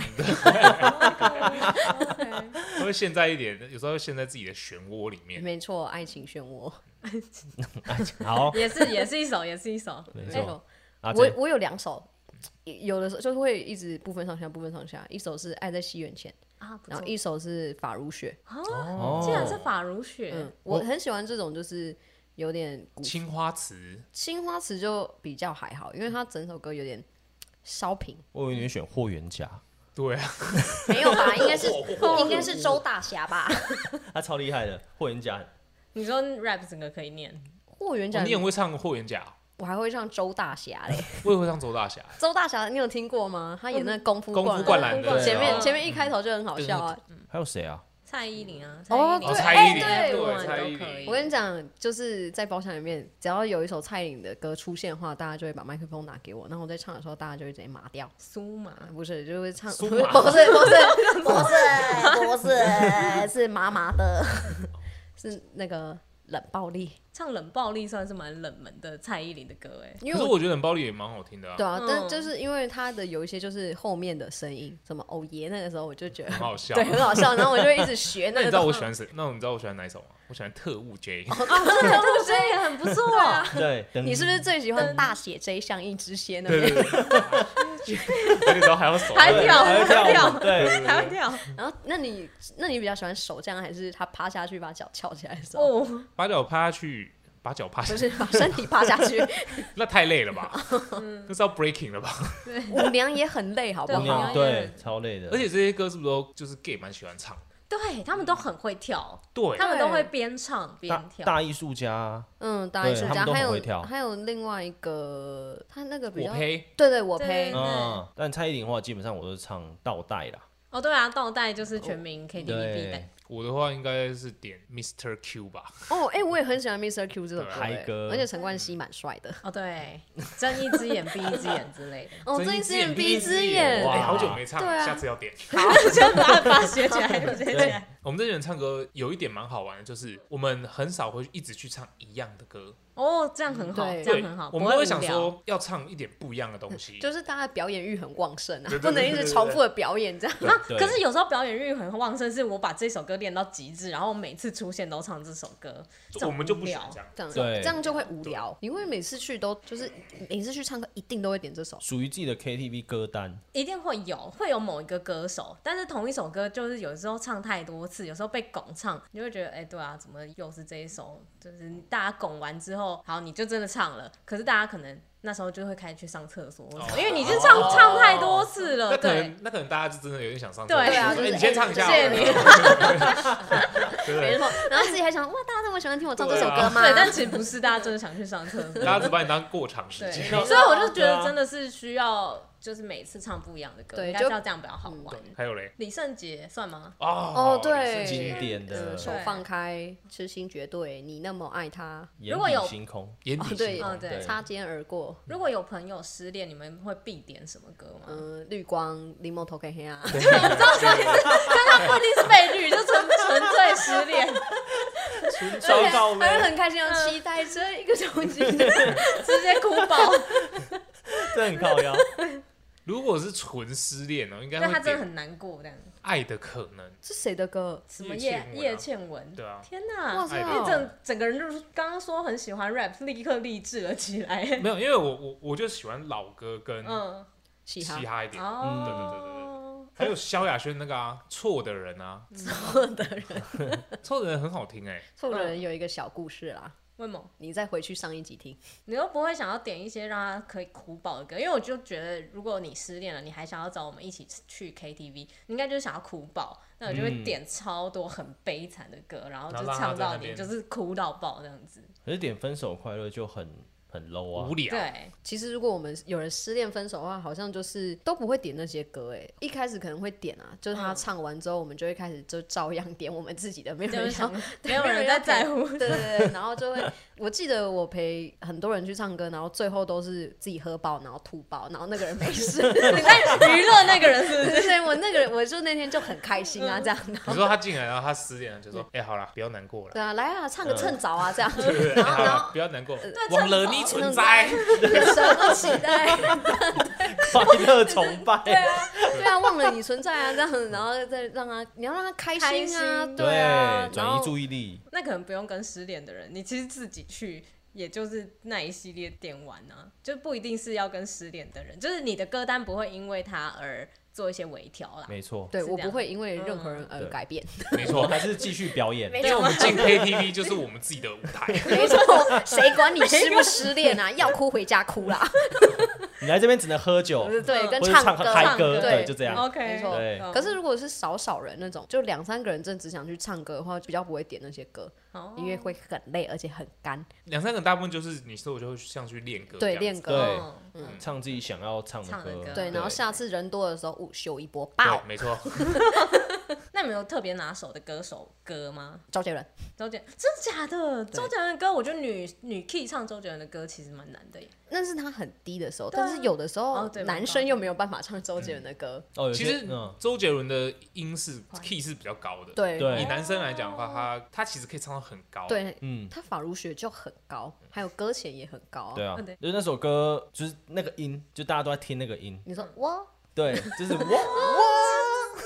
Speaker 2: OK，
Speaker 1: 他会陷在一点，有时候会陷在自己的漩涡里面。
Speaker 4: 没错，爱情漩涡。
Speaker 3: 好，
Speaker 2: 也是也是一首，也是一首，
Speaker 3: 没
Speaker 4: 没
Speaker 3: 错。
Speaker 4: 错，
Speaker 3: 啊，
Speaker 4: 我
Speaker 3: 这
Speaker 4: 我有两首，有的时候就会一直部分上下，部分上下。一首是《爱在西元前》，
Speaker 2: 啊，不
Speaker 4: 然
Speaker 2: 错
Speaker 4: 后一首是《法如雪
Speaker 2: 啊，
Speaker 3: 哦
Speaker 2: 竟然是法如》。雪
Speaker 4: 嗯，，我很喜欢这种，就是有点古
Speaker 1: 青花瓷，
Speaker 4: 青花瓷就比较还好，因为它整首歌有点烧瓶，
Speaker 3: 我以为你会选霍元甲，
Speaker 1: 对啊，
Speaker 4: 没有吧？应该是应该是周大侠吧？
Speaker 3: 他超厉害的，霍元甲
Speaker 2: 你说 rap 整个可以念，
Speaker 4: 霍元
Speaker 1: 哦
Speaker 4: 甲
Speaker 1: 你，很会唱霍元甲哦，
Speaker 4: 我还会唱周大侠嘞。
Speaker 1: 我也会唱周大 侠。
Speaker 4: 周大侠，你有听过吗？他演那个功夫
Speaker 1: 功夫
Speaker 4: 灌
Speaker 1: 灌篮
Speaker 2: 功夫灌
Speaker 1: 的
Speaker 2: 篮
Speaker 4: 前面
Speaker 2: 对
Speaker 4: 前面一开头就很好笑啊！
Speaker 3: 还有谁 啊？
Speaker 2: 蔡依林啊，
Speaker 4: 哦
Speaker 1: 哦，
Speaker 4: 对
Speaker 1: 蔡依林，
Speaker 4: 哎对
Speaker 2: 我们
Speaker 1: 对，蔡
Speaker 2: 都
Speaker 1: 依
Speaker 2: 可以
Speaker 1: 林，
Speaker 4: 我跟你讲，就是在包厢里面，只要有一首蔡依林的歌出现的话，大家就会把麦克风拿给我，然后我在唱的时候，大家就会直接麻掉。
Speaker 2: 苏麻，
Speaker 4: 不是，就会唱，
Speaker 1: 苏
Speaker 4: 不 是不是
Speaker 1: 麻
Speaker 4: 不是不是不是是麻麻 的，是那个冷暴力。
Speaker 2: 唱冷暴力算是蛮冷门的蔡依林的歌哎，
Speaker 4: 因
Speaker 1: 可
Speaker 4: 为
Speaker 1: 是
Speaker 4: 我
Speaker 1: 我觉得冷暴力也蛮好听的啊，
Speaker 4: 对啊，但
Speaker 2: 嗯
Speaker 4: 就是因为他的有一些就是后面的声音，什么哦耶那个时候，我就觉得
Speaker 1: 很好笑。啊
Speaker 4: 对很好笑，然后我就会一直学
Speaker 1: 那
Speaker 4: 那
Speaker 1: 你知
Speaker 4: 个
Speaker 1: 道
Speaker 4: 东
Speaker 1: 我
Speaker 4: 西。
Speaker 1: 喜欢谁？那你知道我喜欢哪一首吗？我喜欢特务 J，
Speaker 4: 哦
Speaker 2: 对，陆军也很不错，
Speaker 3: 对，等
Speaker 4: 你是不是最喜欢大写 J 像一支仙那
Speaker 1: 嗯 对
Speaker 4: 边？
Speaker 1: 对对， 那个时候还要手，啊
Speaker 2: 还
Speaker 3: 对
Speaker 2: 跳
Speaker 3: 还会
Speaker 2: 啊
Speaker 3: 跳
Speaker 2: 还跳
Speaker 3: 舞？对，
Speaker 2: 还要跳
Speaker 4: 然后，那你那你比较喜欢手这样，还是他趴下去把脚翘起来的时候？
Speaker 2: 哦，
Speaker 1: 把脚趴下去，把脚趴下
Speaker 4: 不，是把身体趴下 去，
Speaker 1: 那太累了吧？
Speaker 2: 嗯
Speaker 1: 那是要 breaking 了吧？
Speaker 4: 舞娘也很累，好不
Speaker 2: 对
Speaker 3: 姑
Speaker 2: 舞娘
Speaker 4: 好
Speaker 3: 娘？对啊超累的，
Speaker 1: 而且这些歌是不是都就是 gay 蛮喜欢唱的？
Speaker 2: 对他们都很会跳，
Speaker 1: 对，
Speaker 2: 他们都会边唱
Speaker 3: 大
Speaker 2: 边跳。
Speaker 3: 大艺术家啊
Speaker 4: 嗯，当然
Speaker 3: 对
Speaker 4: 是
Speaker 3: 他
Speaker 4: 这样。
Speaker 3: 们都
Speaker 4: 还
Speaker 3: 很会
Speaker 4: 有
Speaker 3: 跳
Speaker 4: 还有另外一个，他那个比较
Speaker 1: 我呸，
Speaker 4: 对对，我
Speaker 2: 对
Speaker 4: 呸
Speaker 2: 对，
Speaker 3: 嗯，但蔡依林的话，基本上我都是唱倒带啦。
Speaker 2: 哦，对啊，倒带就是全民
Speaker 1: 哦
Speaker 2: KTV 必
Speaker 3: 对
Speaker 2: 带。，
Speaker 1: 我的话应该是点 Mr. Q 吧，
Speaker 4: 哦，哎、我也很喜欢 Mr. Q 这首歌、
Speaker 1: 对
Speaker 3: 啊嗨
Speaker 4: 哎
Speaker 3: 歌
Speaker 4: 而且陈冠希蛮帅的。
Speaker 2: 哦，对，睁一只眼闭一只眼之类的。
Speaker 4: 哦，睁一只眼闭一只
Speaker 1: 眼，
Speaker 4: 眼，
Speaker 1: 哎
Speaker 3: 嗯哇
Speaker 1: 好久没唱，
Speaker 4: 对啊
Speaker 1: 下次要点。
Speaker 2: 好，就把把它学起来，学起来。
Speaker 1: 我们这群人唱歌有一点蛮好玩的，就是我们很少会一直去唱一样的歌，
Speaker 2: 哦，这样很好，
Speaker 4: 对
Speaker 2: 这
Speaker 1: 对
Speaker 2: 样很好，，
Speaker 1: 我
Speaker 2: 不
Speaker 1: 们都会
Speaker 2: 无
Speaker 1: 想
Speaker 2: 聊，
Speaker 1: 说要唱一点不一样的东西，
Speaker 4: 就是大家表演欲很旺盛啊
Speaker 1: 对对，
Speaker 4: 不能
Speaker 1: 对
Speaker 4: 一
Speaker 1: 对
Speaker 4: 直
Speaker 1: 对
Speaker 4: 重
Speaker 1: 对
Speaker 4: 复的表演这样。
Speaker 2: 啊，
Speaker 3: 对
Speaker 2: 可是有时候表演欲很旺盛，是我把这首歌练到极致，然后我每次出现都唱这首歌，这
Speaker 1: 我
Speaker 2: 种
Speaker 1: 们就不
Speaker 2: 无
Speaker 1: 喜
Speaker 2: 聊
Speaker 1: 欢这样。
Speaker 4: 这样
Speaker 3: 对
Speaker 4: 这样就会无聊，你会每次去都就是每次去唱歌一定都会点这首，
Speaker 3: 属于自己的 KTV 歌单，
Speaker 2: 一定会有会有某一个歌手，但是同一首歌就是有时候唱太多次，有时候被拱唱，你就会觉得哎、对啊，怎么又是这一首？就是大家拱完之后，好，你就真的唱了，可是大家可能那时候就会开始去上厕所，
Speaker 1: 哦
Speaker 2: 因为你已经唱、
Speaker 1: 哦
Speaker 2: 唱太多次了，
Speaker 1: 那可
Speaker 2: 对
Speaker 1: 能，那可能大家就真的有点想上厕
Speaker 2: 对
Speaker 1: 所，
Speaker 2: 啊
Speaker 1: 就是
Speaker 4: 就
Speaker 1: 哎
Speaker 4: 是
Speaker 1: 你先唱一下，
Speaker 2: 谢谢你
Speaker 1: 对不
Speaker 4: 没
Speaker 1: 对？
Speaker 4: 错。然后自己还想，哇，大家那么喜欢听我唱这首
Speaker 1: 对
Speaker 4: 歌
Speaker 1: 啊
Speaker 4: 吗？
Speaker 2: 对，但其实不是，大家真的想去上厕 所。
Speaker 1: 大家只把你当过场时间。
Speaker 2: 对，所以我就觉
Speaker 1: 啊
Speaker 2: 得真的是需要，就是每次唱不一样的歌，
Speaker 4: 对
Speaker 2: 应该
Speaker 4: 就是
Speaker 2: 要这样比较
Speaker 4: 嗯
Speaker 2: 好玩。
Speaker 1: 还有嘞，
Speaker 2: 李圣杰算吗？
Speaker 1: 哦
Speaker 4: 哦，对，
Speaker 3: 经典的
Speaker 4: 呃手
Speaker 2: 对
Speaker 4: 放开，痴心绝对，你那么爱他，
Speaker 3: 眼
Speaker 2: 如果有
Speaker 3: 底星空，
Speaker 1: 眼底
Speaker 4: 哦对
Speaker 1: 星
Speaker 2: 嗯，
Speaker 1: 空，
Speaker 2: 对
Speaker 3: 对。
Speaker 4: 擦肩而过，
Speaker 2: 如果有朋友失恋，你们会必点什么歌吗？
Speaker 4: 嗯、绿光柠檬头 K 黑啊，
Speaker 2: 但他不一定是被绿，就纯纯粹失恋，
Speaker 3: 糟糕
Speaker 4: 还
Speaker 3: 嘞
Speaker 4: 是，很开心，
Speaker 2: 嗯
Speaker 4: 期待这一个东西的。
Speaker 2: 直接哭爆。
Speaker 3: 这很靠腰。
Speaker 1: 如果是纯失恋哦，应该
Speaker 2: 但他
Speaker 1: 会
Speaker 2: 真
Speaker 1: 点
Speaker 2: 的
Speaker 1: 《
Speaker 2: 很难过，这样。
Speaker 1: 爱的可能》，
Speaker 4: 是谁的歌？
Speaker 2: 什么
Speaker 1: 叶
Speaker 2: 叶
Speaker 1: 倩文啊
Speaker 2: 叶倩文？
Speaker 1: 对啊
Speaker 2: 天
Speaker 4: 哇
Speaker 2: 哪！
Speaker 4: 塞！
Speaker 2: 哦你整整个人就是刚刚说很喜欢 rap，立刻励志了起来。
Speaker 1: 没有，因为我我我就喜欢老歌跟
Speaker 2: 嗯，
Speaker 4: 嘻
Speaker 1: 嘻
Speaker 4: 哈，
Speaker 1: 哈一点，嗯
Speaker 2: 哦，
Speaker 1: 还有萧亚轩那个啊，错的人啊，
Speaker 4: 错的人，
Speaker 1: 错的人很好听哎，
Speaker 4: 错的人有一个小故事啦，
Speaker 2: 为什么？
Speaker 4: 你再回去上一集听。
Speaker 2: 你又不会想要点一些让他可以哭爆的歌，因为我就觉得，如果你失恋了，你还想要找我们一起去 KTV，你应该就是想要哭爆。那我就会点超多很悲惨的歌，然后就
Speaker 1: 然后让他
Speaker 2: 唱
Speaker 1: 在
Speaker 2: 到
Speaker 1: 那
Speaker 2: 你
Speaker 1: 边
Speaker 2: 就是哭到爆这样子。
Speaker 3: 可是点分手快乐就很很 low 啊
Speaker 1: 无，聊。
Speaker 2: 对，
Speaker 4: 其实如果我们有人失恋分手的话，好像就是都不会点那些歌诶。一开始可能会点啊，就是他
Speaker 2: 嗯
Speaker 4: 唱完之后，我们就会开始就照样点我们自己的，没有
Speaker 2: 就是
Speaker 4: 人
Speaker 2: 想
Speaker 4: 想，
Speaker 2: 没有人在在 乎。
Speaker 4: 对对对，对然后就会，我记得我陪很多人去唱歌，然后最后都是自己喝爆，然后吐爆，然后那个人没事，
Speaker 2: 你在娱乐那个人是不是？
Speaker 4: 对对，我那个人我就那天就很开心啊，这样。
Speaker 1: 你说他进来，然后他失恋了，就说：“哎，好啦，不要难过了，
Speaker 4: 对啊，来啊，唱个趁早啊，这样。
Speaker 1: 对 不对？
Speaker 4: 然
Speaker 1: 好
Speaker 4: 后然
Speaker 1: 啦
Speaker 4: 后，
Speaker 1: 不要难过，
Speaker 2: 趁
Speaker 1: 忘
Speaker 3: 哦
Speaker 1: 了你存在。
Speaker 4: 什么期待？
Speaker 3: 快乐崇拜。
Speaker 4: 对啊，忘了你存在啊，这样，然后再让他，你要让他开心啊，
Speaker 2: 开心
Speaker 4: 对啊，然
Speaker 3: 转移
Speaker 4: 后
Speaker 3: 注意力，
Speaker 2: 那可能不用跟失恋的人，你其实自己去，也就是那一系列电玩啊，就不一定是要跟失恋的人，就是你的歌单不会因为他而做一些微调啦。
Speaker 3: 没错，
Speaker 4: 对
Speaker 2: 是
Speaker 4: 我
Speaker 2: 这
Speaker 4: 不
Speaker 2: 样嗯
Speaker 4: 会因为任何人而
Speaker 3: 对
Speaker 4: 改 变，
Speaker 1: 没
Speaker 3: 我
Speaker 1: 错，
Speaker 3: 还是继续表演。
Speaker 2: 没
Speaker 1: 因为我们进 KTV 就是我们自己的舞台。
Speaker 4: 没错，谁管你失不失恋啊？要哭回家哭啦，
Speaker 3: 你来这边只能喝酒，
Speaker 4: 对，跟
Speaker 3: 哦或者唱
Speaker 4: 歌。
Speaker 3: 嗨
Speaker 2: 唱歌
Speaker 3: 歌，
Speaker 4: 对
Speaker 3: 对，就这样。
Speaker 2: OK，
Speaker 4: 没错
Speaker 3: 对
Speaker 2: 嗯
Speaker 4: 可是如果是少少人那种，就两三个人真的只想去唱歌的话，比较不会点那些歌，
Speaker 2: 哦
Speaker 4: 因为会很累，而且很干。
Speaker 1: 两三个大部分就是你说我就会像去练歌，
Speaker 4: 对，练。歌，
Speaker 3: 对
Speaker 2: 哦
Speaker 3: 唱自己想要唱的
Speaker 2: 唱的
Speaker 3: 歌
Speaker 2: 歌，
Speaker 4: 对，然后下次人多的时候，哦，秀一波
Speaker 1: 对
Speaker 4: 爆，，
Speaker 1: 没 错，
Speaker 2: 那你们有特别拿手的歌手歌吗？
Speaker 4: 周杰伦。
Speaker 2: 周杰，真的假的？周杰伦的歌，我觉得女女 key 唱周杰伦的歌其实蛮难的耶。
Speaker 4: 那是他很低的时候，
Speaker 2: 对啊
Speaker 4: 但是有的时候
Speaker 2: 哦对
Speaker 4: 男生又没有办法唱周杰伦的歌，
Speaker 3: 哦，有些
Speaker 1: 其实
Speaker 3: 嗯，
Speaker 1: 周杰伦的音是 key 是比较高的，
Speaker 4: 对
Speaker 3: 对
Speaker 1: 以男生来讲的话，他他其实可以唱到很高，，
Speaker 4: 对
Speaker 3: 嗯，
Speaker 4: 他发如学就很高，还有歌前也很高、
Speaker 3: 对啊
Speaker 2: 嗯对，
Speaker 3: 就是那首歌，就是那个音，就大家都在听那个音，
Speaker 4: 你说
Speaker 2: 嗯
Speaker 4: 我
Speaker 3: 对，就是哇哇，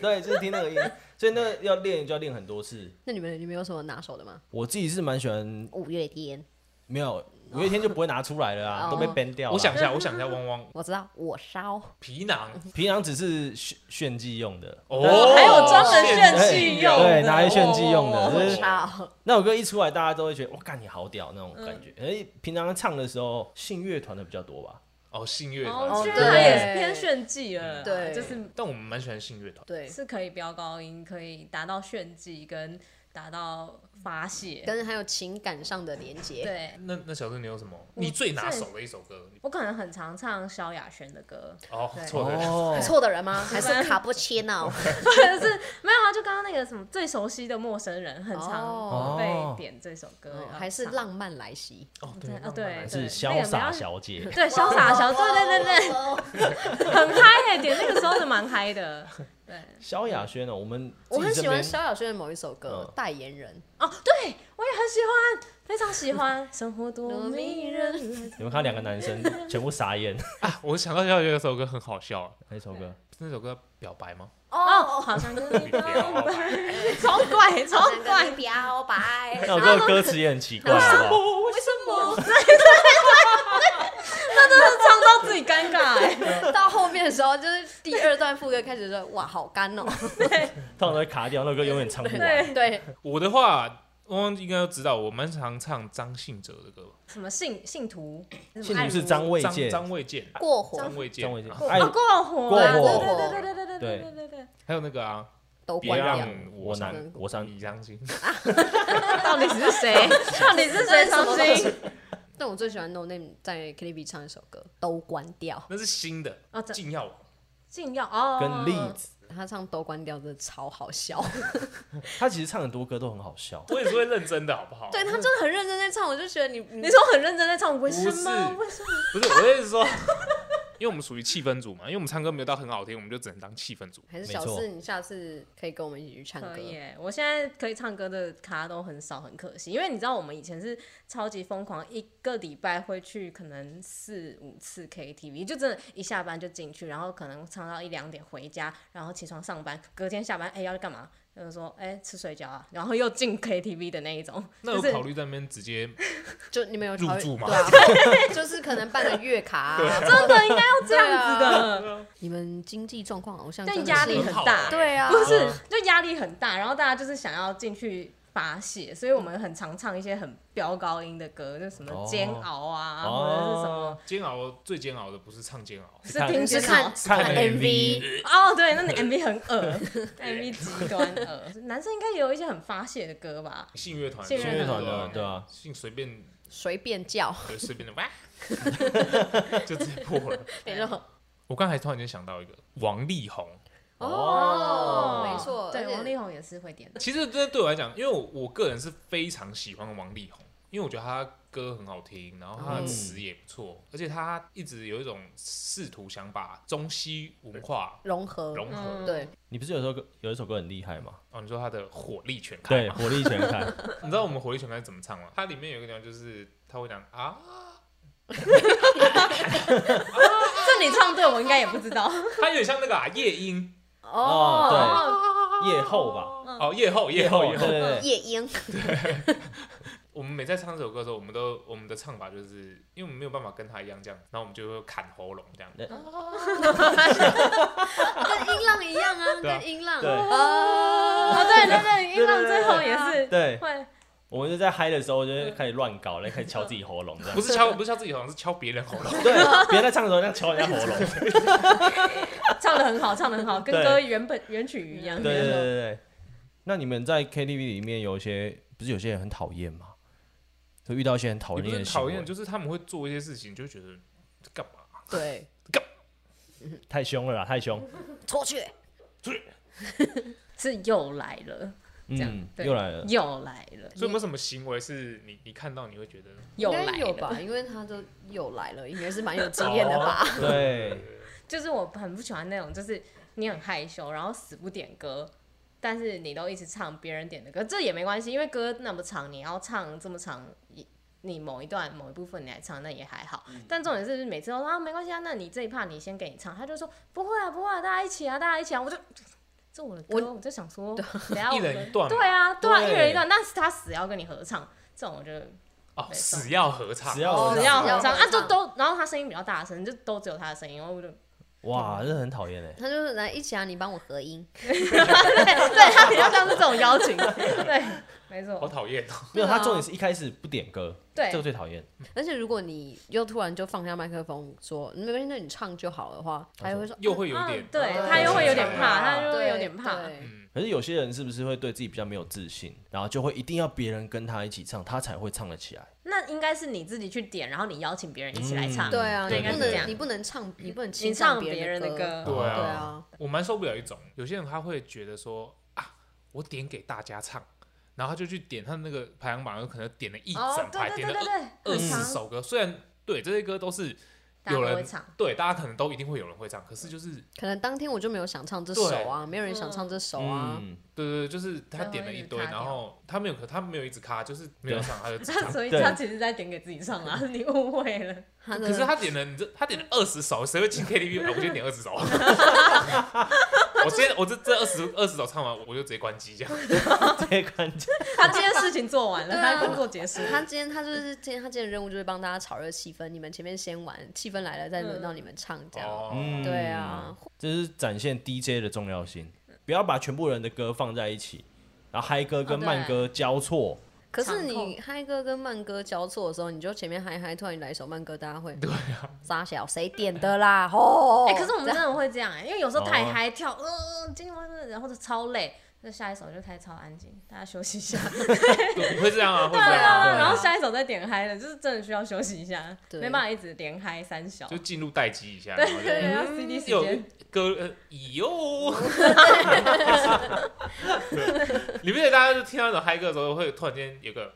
Speaker 3: 对，就是听那个音，所以那个要练就要练很多次。
Speaker 4: 那你们你们有什么拿手的吗？
Speaker 3: 我自己是蛮喜欢，
Speaker 4: 五月天，
Speaker 3: 没有，五月天就不会拿出来了啊，
Speaker 4: 哦
Speaker 3: 都被 ban 掉了。
Speaker 1: 我想一下，我想一下，汪汪
Speaker 4: 我知道，我烧，
Speaker 1: 皮 囊
Speaker 3: 平常只是炫炫技用的，
Speaker 1: 哦，
Speaker 2: 还有专门
Speaker 3: 炫
Speaker 2: 技用的
Speaker 3: 哎对，拿来炫技用的。
Speaker 1: 哦
Speaker 3: 就
Speaker 4: 我
Speaker 3: 是
Speaker 4: 烧，
Speaker 3: 那首歌一出来，大家都会觉得哇，干你好屌那种感觉。
Speaker 4: 嗯
Speaker 3: 哎，平常唱的时候，信乐团的比较多吧？
Speaker 1: 哦，信乐
Speaker 2: 哦，
Speaker 1: 团，
Speaker 2: 居
Speaker 4: 对
Speaker 2: 然也是偏炫技了啦，
Speaker 4: 对
Speaker 2: 就是
Speaker 1: 但我们蛮喜欢信乐团，
Speaker 4: 对，
Speaker 2: 是可以飙高音，可以达到炫技跟达到发泄。
Speaker 4: 跟还有情感上的连接，
Speaker 2: 对，
Speaker 1: 那那小郑，你有什么
Speaker 2: 我
Speaker 1: 你最拿
Speaker 2: 最
Speaker 1: 手的一首歌？
Speaker 2: 我可能很常唱萧亚轩的 歌，
Speaker 1: 哦
Speaker 2: 对，
Speaker 1: 错的，
Speaker 4: 错的人
Speaker 2: 哦
Speaker 4: 吗？还是卡布奇 诺？
Speaker 2: 或者是没有啊，就刚刚那个什么最熟悉的陌生人，很常
Speaker 3: 哦
Speaker 2: 被点这首歌，然后唱
Speaker 4: 还是浪漫来袭？
Speaker 1: 哦
Speaker 2: 对
Speaker 1: 对，
Speaker 2: 啊对，
Speaker 3: 是
Speaker 2: 对
Speaker 3: 潇洒。小姐
Speaker 2: 那个比较对，潇洒小， 对对对对，
Speaker 4: 对，
Speaker 2: 很嗨哎，点那个时候是蛮嗨的，对，
Speaker 3: 萧亚轩哦，我们
Speaker 4: 我很
Speaker 3: 自己
Speaker 4: 喜
Speaker 3: 这边
Speaker 4: 欢萧亚轩的某一首歌
Speaker 3: 嗯
Speaker 4: 《代言人
Speaker 2: 哦，对我也很喜欢，非常喜欢，生活多迷人，
Speaker 3: 你们看两个男生全部傻眼，
Speaker 1: 啊，我想到要有一首歌很好笑，
Speaker 3: 哪首 歌？
Speaker 1: 那首歌《表白》吗？》
Speaker 2: 哦，，好像跟你
Speaker 1: 表白，
Speaker 2: 超怪，超
Speaker 4: 好想跟
Speaker 2: 怪
Speaker 4: 你，表白。
Speaker 3: 那首歌的歌词也很奇怪，好不好？
Speaker 2: 为什么？对对对对，那真的是唱到自己尴尬哎，
Speaker 4: 到后面的时候，就是第二段副歌开始说，哇，好干 哦。
Speaker 3: 通常都会卡掉，那首歌永远唱不完。
Speaker 2: 对，
Speaker 4: 对，
Speaker 1: 我的话，汪汪应该都知道，我蛮常唱张信哲的歌吧，
Speaker 2: 什么信信徒，
Speaker 3: 信徒是张卫
Speaker 1: 张
Speaker 3: 健，
Speaker 1: 张卫健，
Speaker 2: 啊
Speaker 4: 过火
Speaker 1: 张卫健，
Speaker 3: 张卫健，
Speaker 1: 啊
Speaker 3: 爱
Speaker 2: 哦，过火啊，
Speaker 3: 过
Speaker 4: 火
Speaker 2: 对对对对对对对对对
Speaker 1: 还有那个啊，
Speaker 4: 都
Speaker 1: 别
Speaker 4: 关
Speaker 1: 让
Speaker 4: 掉。
Speaker 3: 我
Speaker 1: 伤
Speaker 3: 难我伤
Speaker 1: 你伤 心，
Speaker 2: 对，到底是谁？到底是谁伤心？
Speaker 4: 但我最喜欢 No Name 在 KTV 唱一首歌，都关掉。
Speaker 1: 那是新的
Speaker 2: 哦这
Speaker 1: 禁药王，
Speaker 2: 禁药哦，
Speaker 3: 跟栗子，
Speaker 4: 他唱都关掉真的超好 笑，
Speaker 3: 他其实唱很多歌都很好笑。
Speaker 1: 我也是会认真的好不好？
Speaker 4: 对他真的很认真在唱，我就觉得你
Speaker 2: 你
Speaker 4: 你
Speaker 2: 说很认真在唱，为什么？
Speaker 1: 不
Speaker 2: 为什么？
Speaker 1: 不是，我的意思是说，因为我们属于气氛组嘛，因为我们唱歌没有到很好听，我们就只能当气氛组。
Speaker 4: 还是
Speaker 3: 没
Speaker 4: 小
Speaker 3: 错
Speaker 4: 四，你下次可以跟我们一起去唱歌
Speaker 2: 可。以耶，我现在可以唱歌的咖都很少，很可惜。因为你知道，我们以前是超级疯狂，一个礼拜会去可能四五次 KTV，就真的，一下班就进去，然后可能唱到一两点回家，然后起床上班，隔天下班，哎、要干嘛？就是说，哎、吃水饺啊，然后又进 KTV 的那一种，
Speaker 1: 那有
Speaker 2: 就是
Speaker 1: 考虑在那边直接
Speaker 4: 就你们有
Speaker 1: 入
Speaker 4: 考虑
Speaker 1: 住吗
Speaker 4: 对啊，就是可能办个月卡啊，
Speaker 2: 真的应该要这样子的，
Speaker 4: 你们经济状况好像
Speaker 2: 但
Speaker 4: 真的
Speaker 2: 压
Speaker 4: 是
Speaker 2: 力
Speaker 1: 很
Speaker 2: 很
Speaker 1: 好
Speaker 2: 大，
Speaker 1: 欸
Speaker 4: 对啊，
Speaker 2: 不是，就压力很大，然后大家就是想要进去发泄，所以我们很常唱一些很飙高音的歌，就什么
Speaker 3: 哦
Speaker 2: 煎熬啊，
Speaker 3: 哦
Speaker 2: 或者是什么。
Speaker 1: 煎熬，最煎熬的不是唱煎熬，
Speaker 2: 是
Speaker 3: 看
Speaker 2: 听
Speaker 4: 是
Speaker 2: 煎
Speaker 4: 看
Speaker 2: 熬
Speaker 3: 看
Speaker 4: MV
Speaker 2: 哦，对，那你 MV 很恶，MV 极端恶。男生应该也有一些很发泄的歌吧？
Speaker 1: 信乐团，
Speaker 2: 信
Speaker 3: 乐团
Speaker 1: 对
Speaker 3: 的对啊
Speaker 1: 信随便
Speaker 4: 随便叫，
Speaker 1: 对随便的哇， 就直接破 了。
Speaker 4: 没错
Speaker 1: 我刚才突然间想到一个王力宏，
Speaker 4: 哦，没错，
Speaker 2: 对，
Speaker 4: 而且
Speaker 2: 王力宏也是会点的。
Speaker 1: 其实这对我来讲，因为我我个人是非常喜欢王力宏，因为我觉得他歌很好听，然后他的词也不错，而且他一直有一种试图想把中西文化
Speaker 4: 融合，
Speaker 1: 融合。
Speaker 2: 嗯
Speaker 4: 对，
Speaker 3: 你不是有首歌有一首歌很厉害吗？
Speaker 1: 哦，你说他的火力全开
Speaker 3: 对，
Speaker 1: 吗？
Speaker 3: 火力全开。
Speaker 1: 你知道我们火力全开怎么唱吗？它里面有一个地方就是他会讲啊，
Speaker 2: 这你唱对，我应该也不知道。
Speaker 1: 它有点像那个啊夜莺
Speaker 3: 哦，
Speaker 2: 哦，
Speaker 3: 对，夜后吧，
Speaker 1: 哦，夜后夜后夜
Speaker 3: 对
Speaker 1: 后。
Speaker 3: 对对，
Speaker 4: 夜 莺，
Speaker 1: 我们每在唱这首歌的时候，我们都我们的唱法就是，因为我们没有办法跟他一样这样，然后我们就会砍喉咙这样。
Speaker 4: 跟音浪一样啊，
Speaker 1: 对啊
Speaker 4: 跟音浪
Speaker 3: 对
Speaker 4: 哦，
Speaker 2: 对对对，音浪
Speaker 3: 对
Speaker 2: 最
Speaker 3: 对
Speaker 2: 后也是
Speaker 3: 对，
Speaker 2: 会
Speaker 3: 我们就在嗨的时候就会开始乱搞，然后开始敲自己喉咙这样
Speaker 1: 不。是敲不是敲自己喉咙，是敲别人喉咙。
Speaker 3: 对，别人在唱的时候像敲人家喉咙。
Speaker 2: 唱的很好，唱的很好，跟
Speaker 3: 对
Speaker 2: 歌原本原曲一样。
Speaker 3: 对对对对对。那你们在 KTV 里面有一些不是有些人很讨厌吗？就遇到一些很讨
Speaker 1: 也不
Speaker 3: 厌
Speaker 1: 是
Speaker 3: 的
Speaker 1: 讨
Speaker 3: 行
Speaker 1: 厌，
Speaker 3: 为，
Speaker 1: 就是他们会做一些事情，就觉得这干嘛？
Speaker 4: 对，
Speaker 3: 太凶了啦，太凶。
Speaker 4: 出去，
Speaker 2: 是又来了，这样
Speaker 3: 嗯，
Speaker 2: 对
Speaker 3: 又来了。
Speaker 2: 又来了，
Speaker 1: 所以有没有什么行为是你你看到你会觉得
Speaker 2: 又
Speaker 4: 应
Speaker 2: 来
Speaker 4: 该有
Speaker 2: 了。
Speaker 4: 吧，因为他都又来了，应该是蛮有经验的吧，
Speaker 3: 哦对，
Speaker 2: 就是我很不喜欢那种，就是你很害羞，然后死不点歌，但是你都一直唱别人点的歌，这也没关系，因为歌那么长，你要唱这么长，你你某一段某一部分你来唱，那也还好。嗯但重点是每次都说啊没关系啊，那你这一趴你先给你唱，他就说不会啊不会啊，大家一起啊大家一起啊，我就这我的歌，啊我就想 说，等下
Speaker 1: 一
Speaker 2: 我
Speaker 1: 人
Speaker 2: 们
Speaker 1: 一段嘛？
Speaker 2: 对啊对啊
Speaker 3: 对
Speaker 2: 一人一段，但是他死要跟你合唱，这种我就
Speaker 1: 哦，
Speaker 2: 没错
Speaker 1: 死要合唱，
Speaker 3: 只要
Speaker 4: 哦
Speaker 3: 合
Speaker 2: 只
Speaker 3: 唱
Speaker 2: 要
Speaker 4: 合
Speaker 2: 合
Speaker 4: 唱
Speaker 2: 唱啊，就都，然后他声音比较大声，就都只有他的声音，然后我就
Speaker 3: 哇，这很讨厌哎。
Speaker 4: 他就是来一起啊，你帮我合音，
Speaker 2: 对对，他比较像是这种邀请， 对，没
Speaker 1: 好
Speaker 2: 错，
Speaker 1: 讨厌哦。
Speaker 3: 没有，
Speaker 4: 对啊
Speaker 3: 他重点是一开始不点歌，
Speaker 2: 对
Speaker 3: 这个最讨厌。
Speaker 4: 而且如果你又突然就放下麦克风说没关系，那你唱就好的话，他又会说
Speaker 1: 又会有
Speaker 2: 嗯
Speaker 1: 点，
Speaker 2: 对
Speaker 4: 哦
Speaker 2: 他又会有点
Speaker 1: 对
Speaker 2: 怕，他又会有点怕，
Speaker 4: 对对
Speaker 3: 可是有些人是不是会对自己比较没有自信，然后就会一定要别人跟他一起唱，他才会唱得起来。
Speaker 2: 那应该是你自己去点，然后你邀请别人一起来唱，
Speaker 3: 嗯
Speaker 4: 对啊，
Speaker 3: 对
Speaker 4: 你
Speaker 2: 应该
Speaker 4: 不
Speaker 2: 是这
Speaker 4: 能
Speaker 2: 样
Speaker 4: 你，不能唱，你不能
Speaker 2: 你
Speaker 4: 清
Speaker 2: 唱别
Speaker 4: 别
Speaker 2: 人的
Speaker 4: 的
Speaker 2: 歌，
Speaker 1: 对
Speaker 4: 对
Speaker 1: 啊，
Speaker 4: 啊，
Speaker 1: 我蛮受不了一种，有些人他会觉得说啊，我点给大家唱，然后他就去点他那个排行榜，有可能点了一
Speaker 2: 哦
Speaker 1: 整，
Speaker 2: 对
Speaker 1: 排，
Speaker 2: 对
Speaker 1: 点
Speaker 2: 对
Speaker 1: 了
Speaker 2: 对对，
Speaker 1: 二二
Speaker 2: 很
Speaker 1: 十
Speaker 2: 长
Speaker 1: 首歌，虽然对这些歌都是
Speaker 2: 大家
Speaker 1: 嗯有
Speaker 2: 都
Speaker 1: 人
Speaker 2: 会唱，
Speaker 1: 对大家可能都一定会有人会唱，可是就是
Speaker 4: 可能当天我就没有想唱这首啊，没有人想唱这首啊，
Speaker 3: 嗯，
Speaker 1: 对对，对就是他
Speaker 2: 对
Speaker 1: 点
Speaker 2: 会
Speaker 1: 了
Speaker 2: 一
Speaker 1: 一
Speaker 2: 直
Speaker 1: 堆，
Speaker 2: 卡
Speaker 1: 然
Speaker 2: 掉
Speaker 1: 后他没有，可他没有一直卡，就是没有
Speaker 3: 对
Speaker 1: 唱，他 就只
Speaker 2: 他
Speaker 1: 唱。
Speaker 2: 所以
Speaker 3: 对
Speaker 2: 他其实在点给自己唱啊， 你误会了。
Speaker 4: 他
Speaker 1: 可是
Speaker 4: 的
Speaker 1: 他点了，你这他点了二十首，谁会进 KTV？哎我 就点二十首。我今天我这这二十二十首唱完，我就直接关机这样。
Speaker 3: 这关键
Speaker 2: 他这件事情做完了，
Speaker 4: 对啊
Speaker 2: 他工作结束了。
Speaker 4: 他今天他就是今天他今天的任务就是帮大家炒热气氛，你们前面先玩，气氛来了再轮到你们唱这样，
Speaker 3: 嗯
Speaker 1: 哦，
Speaker 4: 对啊，
Speaker 2: 嗯
Speaker 3: 这是展现 DJ 的重要性，不要把全部人的歌放在一起，然后嗨歌跟
Speaker 2: 哦对
Speaker 3: 慢歌交错。
Speaker 4: 可是
Speaker 2: 场控
Speaker 4: 你嗨歌跟慢歌交错的时候，你就前面嗨嗨，突然来一首慢歌，大家会 对啊，傻小谁点的啦？哦，
Speaker 2: 哎、可是我们
Speaker 4: 这
Speaker 2: 真
Speaker 4: 样
Speaker 2: 的会这样哎、因为有时候太
Speaker 3: 哦
Speaker 2: 嗨跳，嗯、呃，今晚真的然后就超累，那下一首就开超安静，大家休息一下。
Speaker 1: 对会这样啊，会这样啊。
Speaker 2: 啊，
Speaker 3: 对
Speaker 2: 然后下一首再点嗨了，就是真的需要休息一下，
Speaker 4: 对
Speaker 2: 没办法一直连嗨三小。
Speaker 1: 就进入待机一下，
Speaker 2: 对
Speaker 1: 然后
Speaker 2: 对，要
Speaker 1: 就嗯
Speaker 2: CD 时
Speaker 1: 有
Speaker 2: 间，
Speaker 1: 歌呃 哟，你不觉得大家就听到那种嗨歌的时候，会突然间有个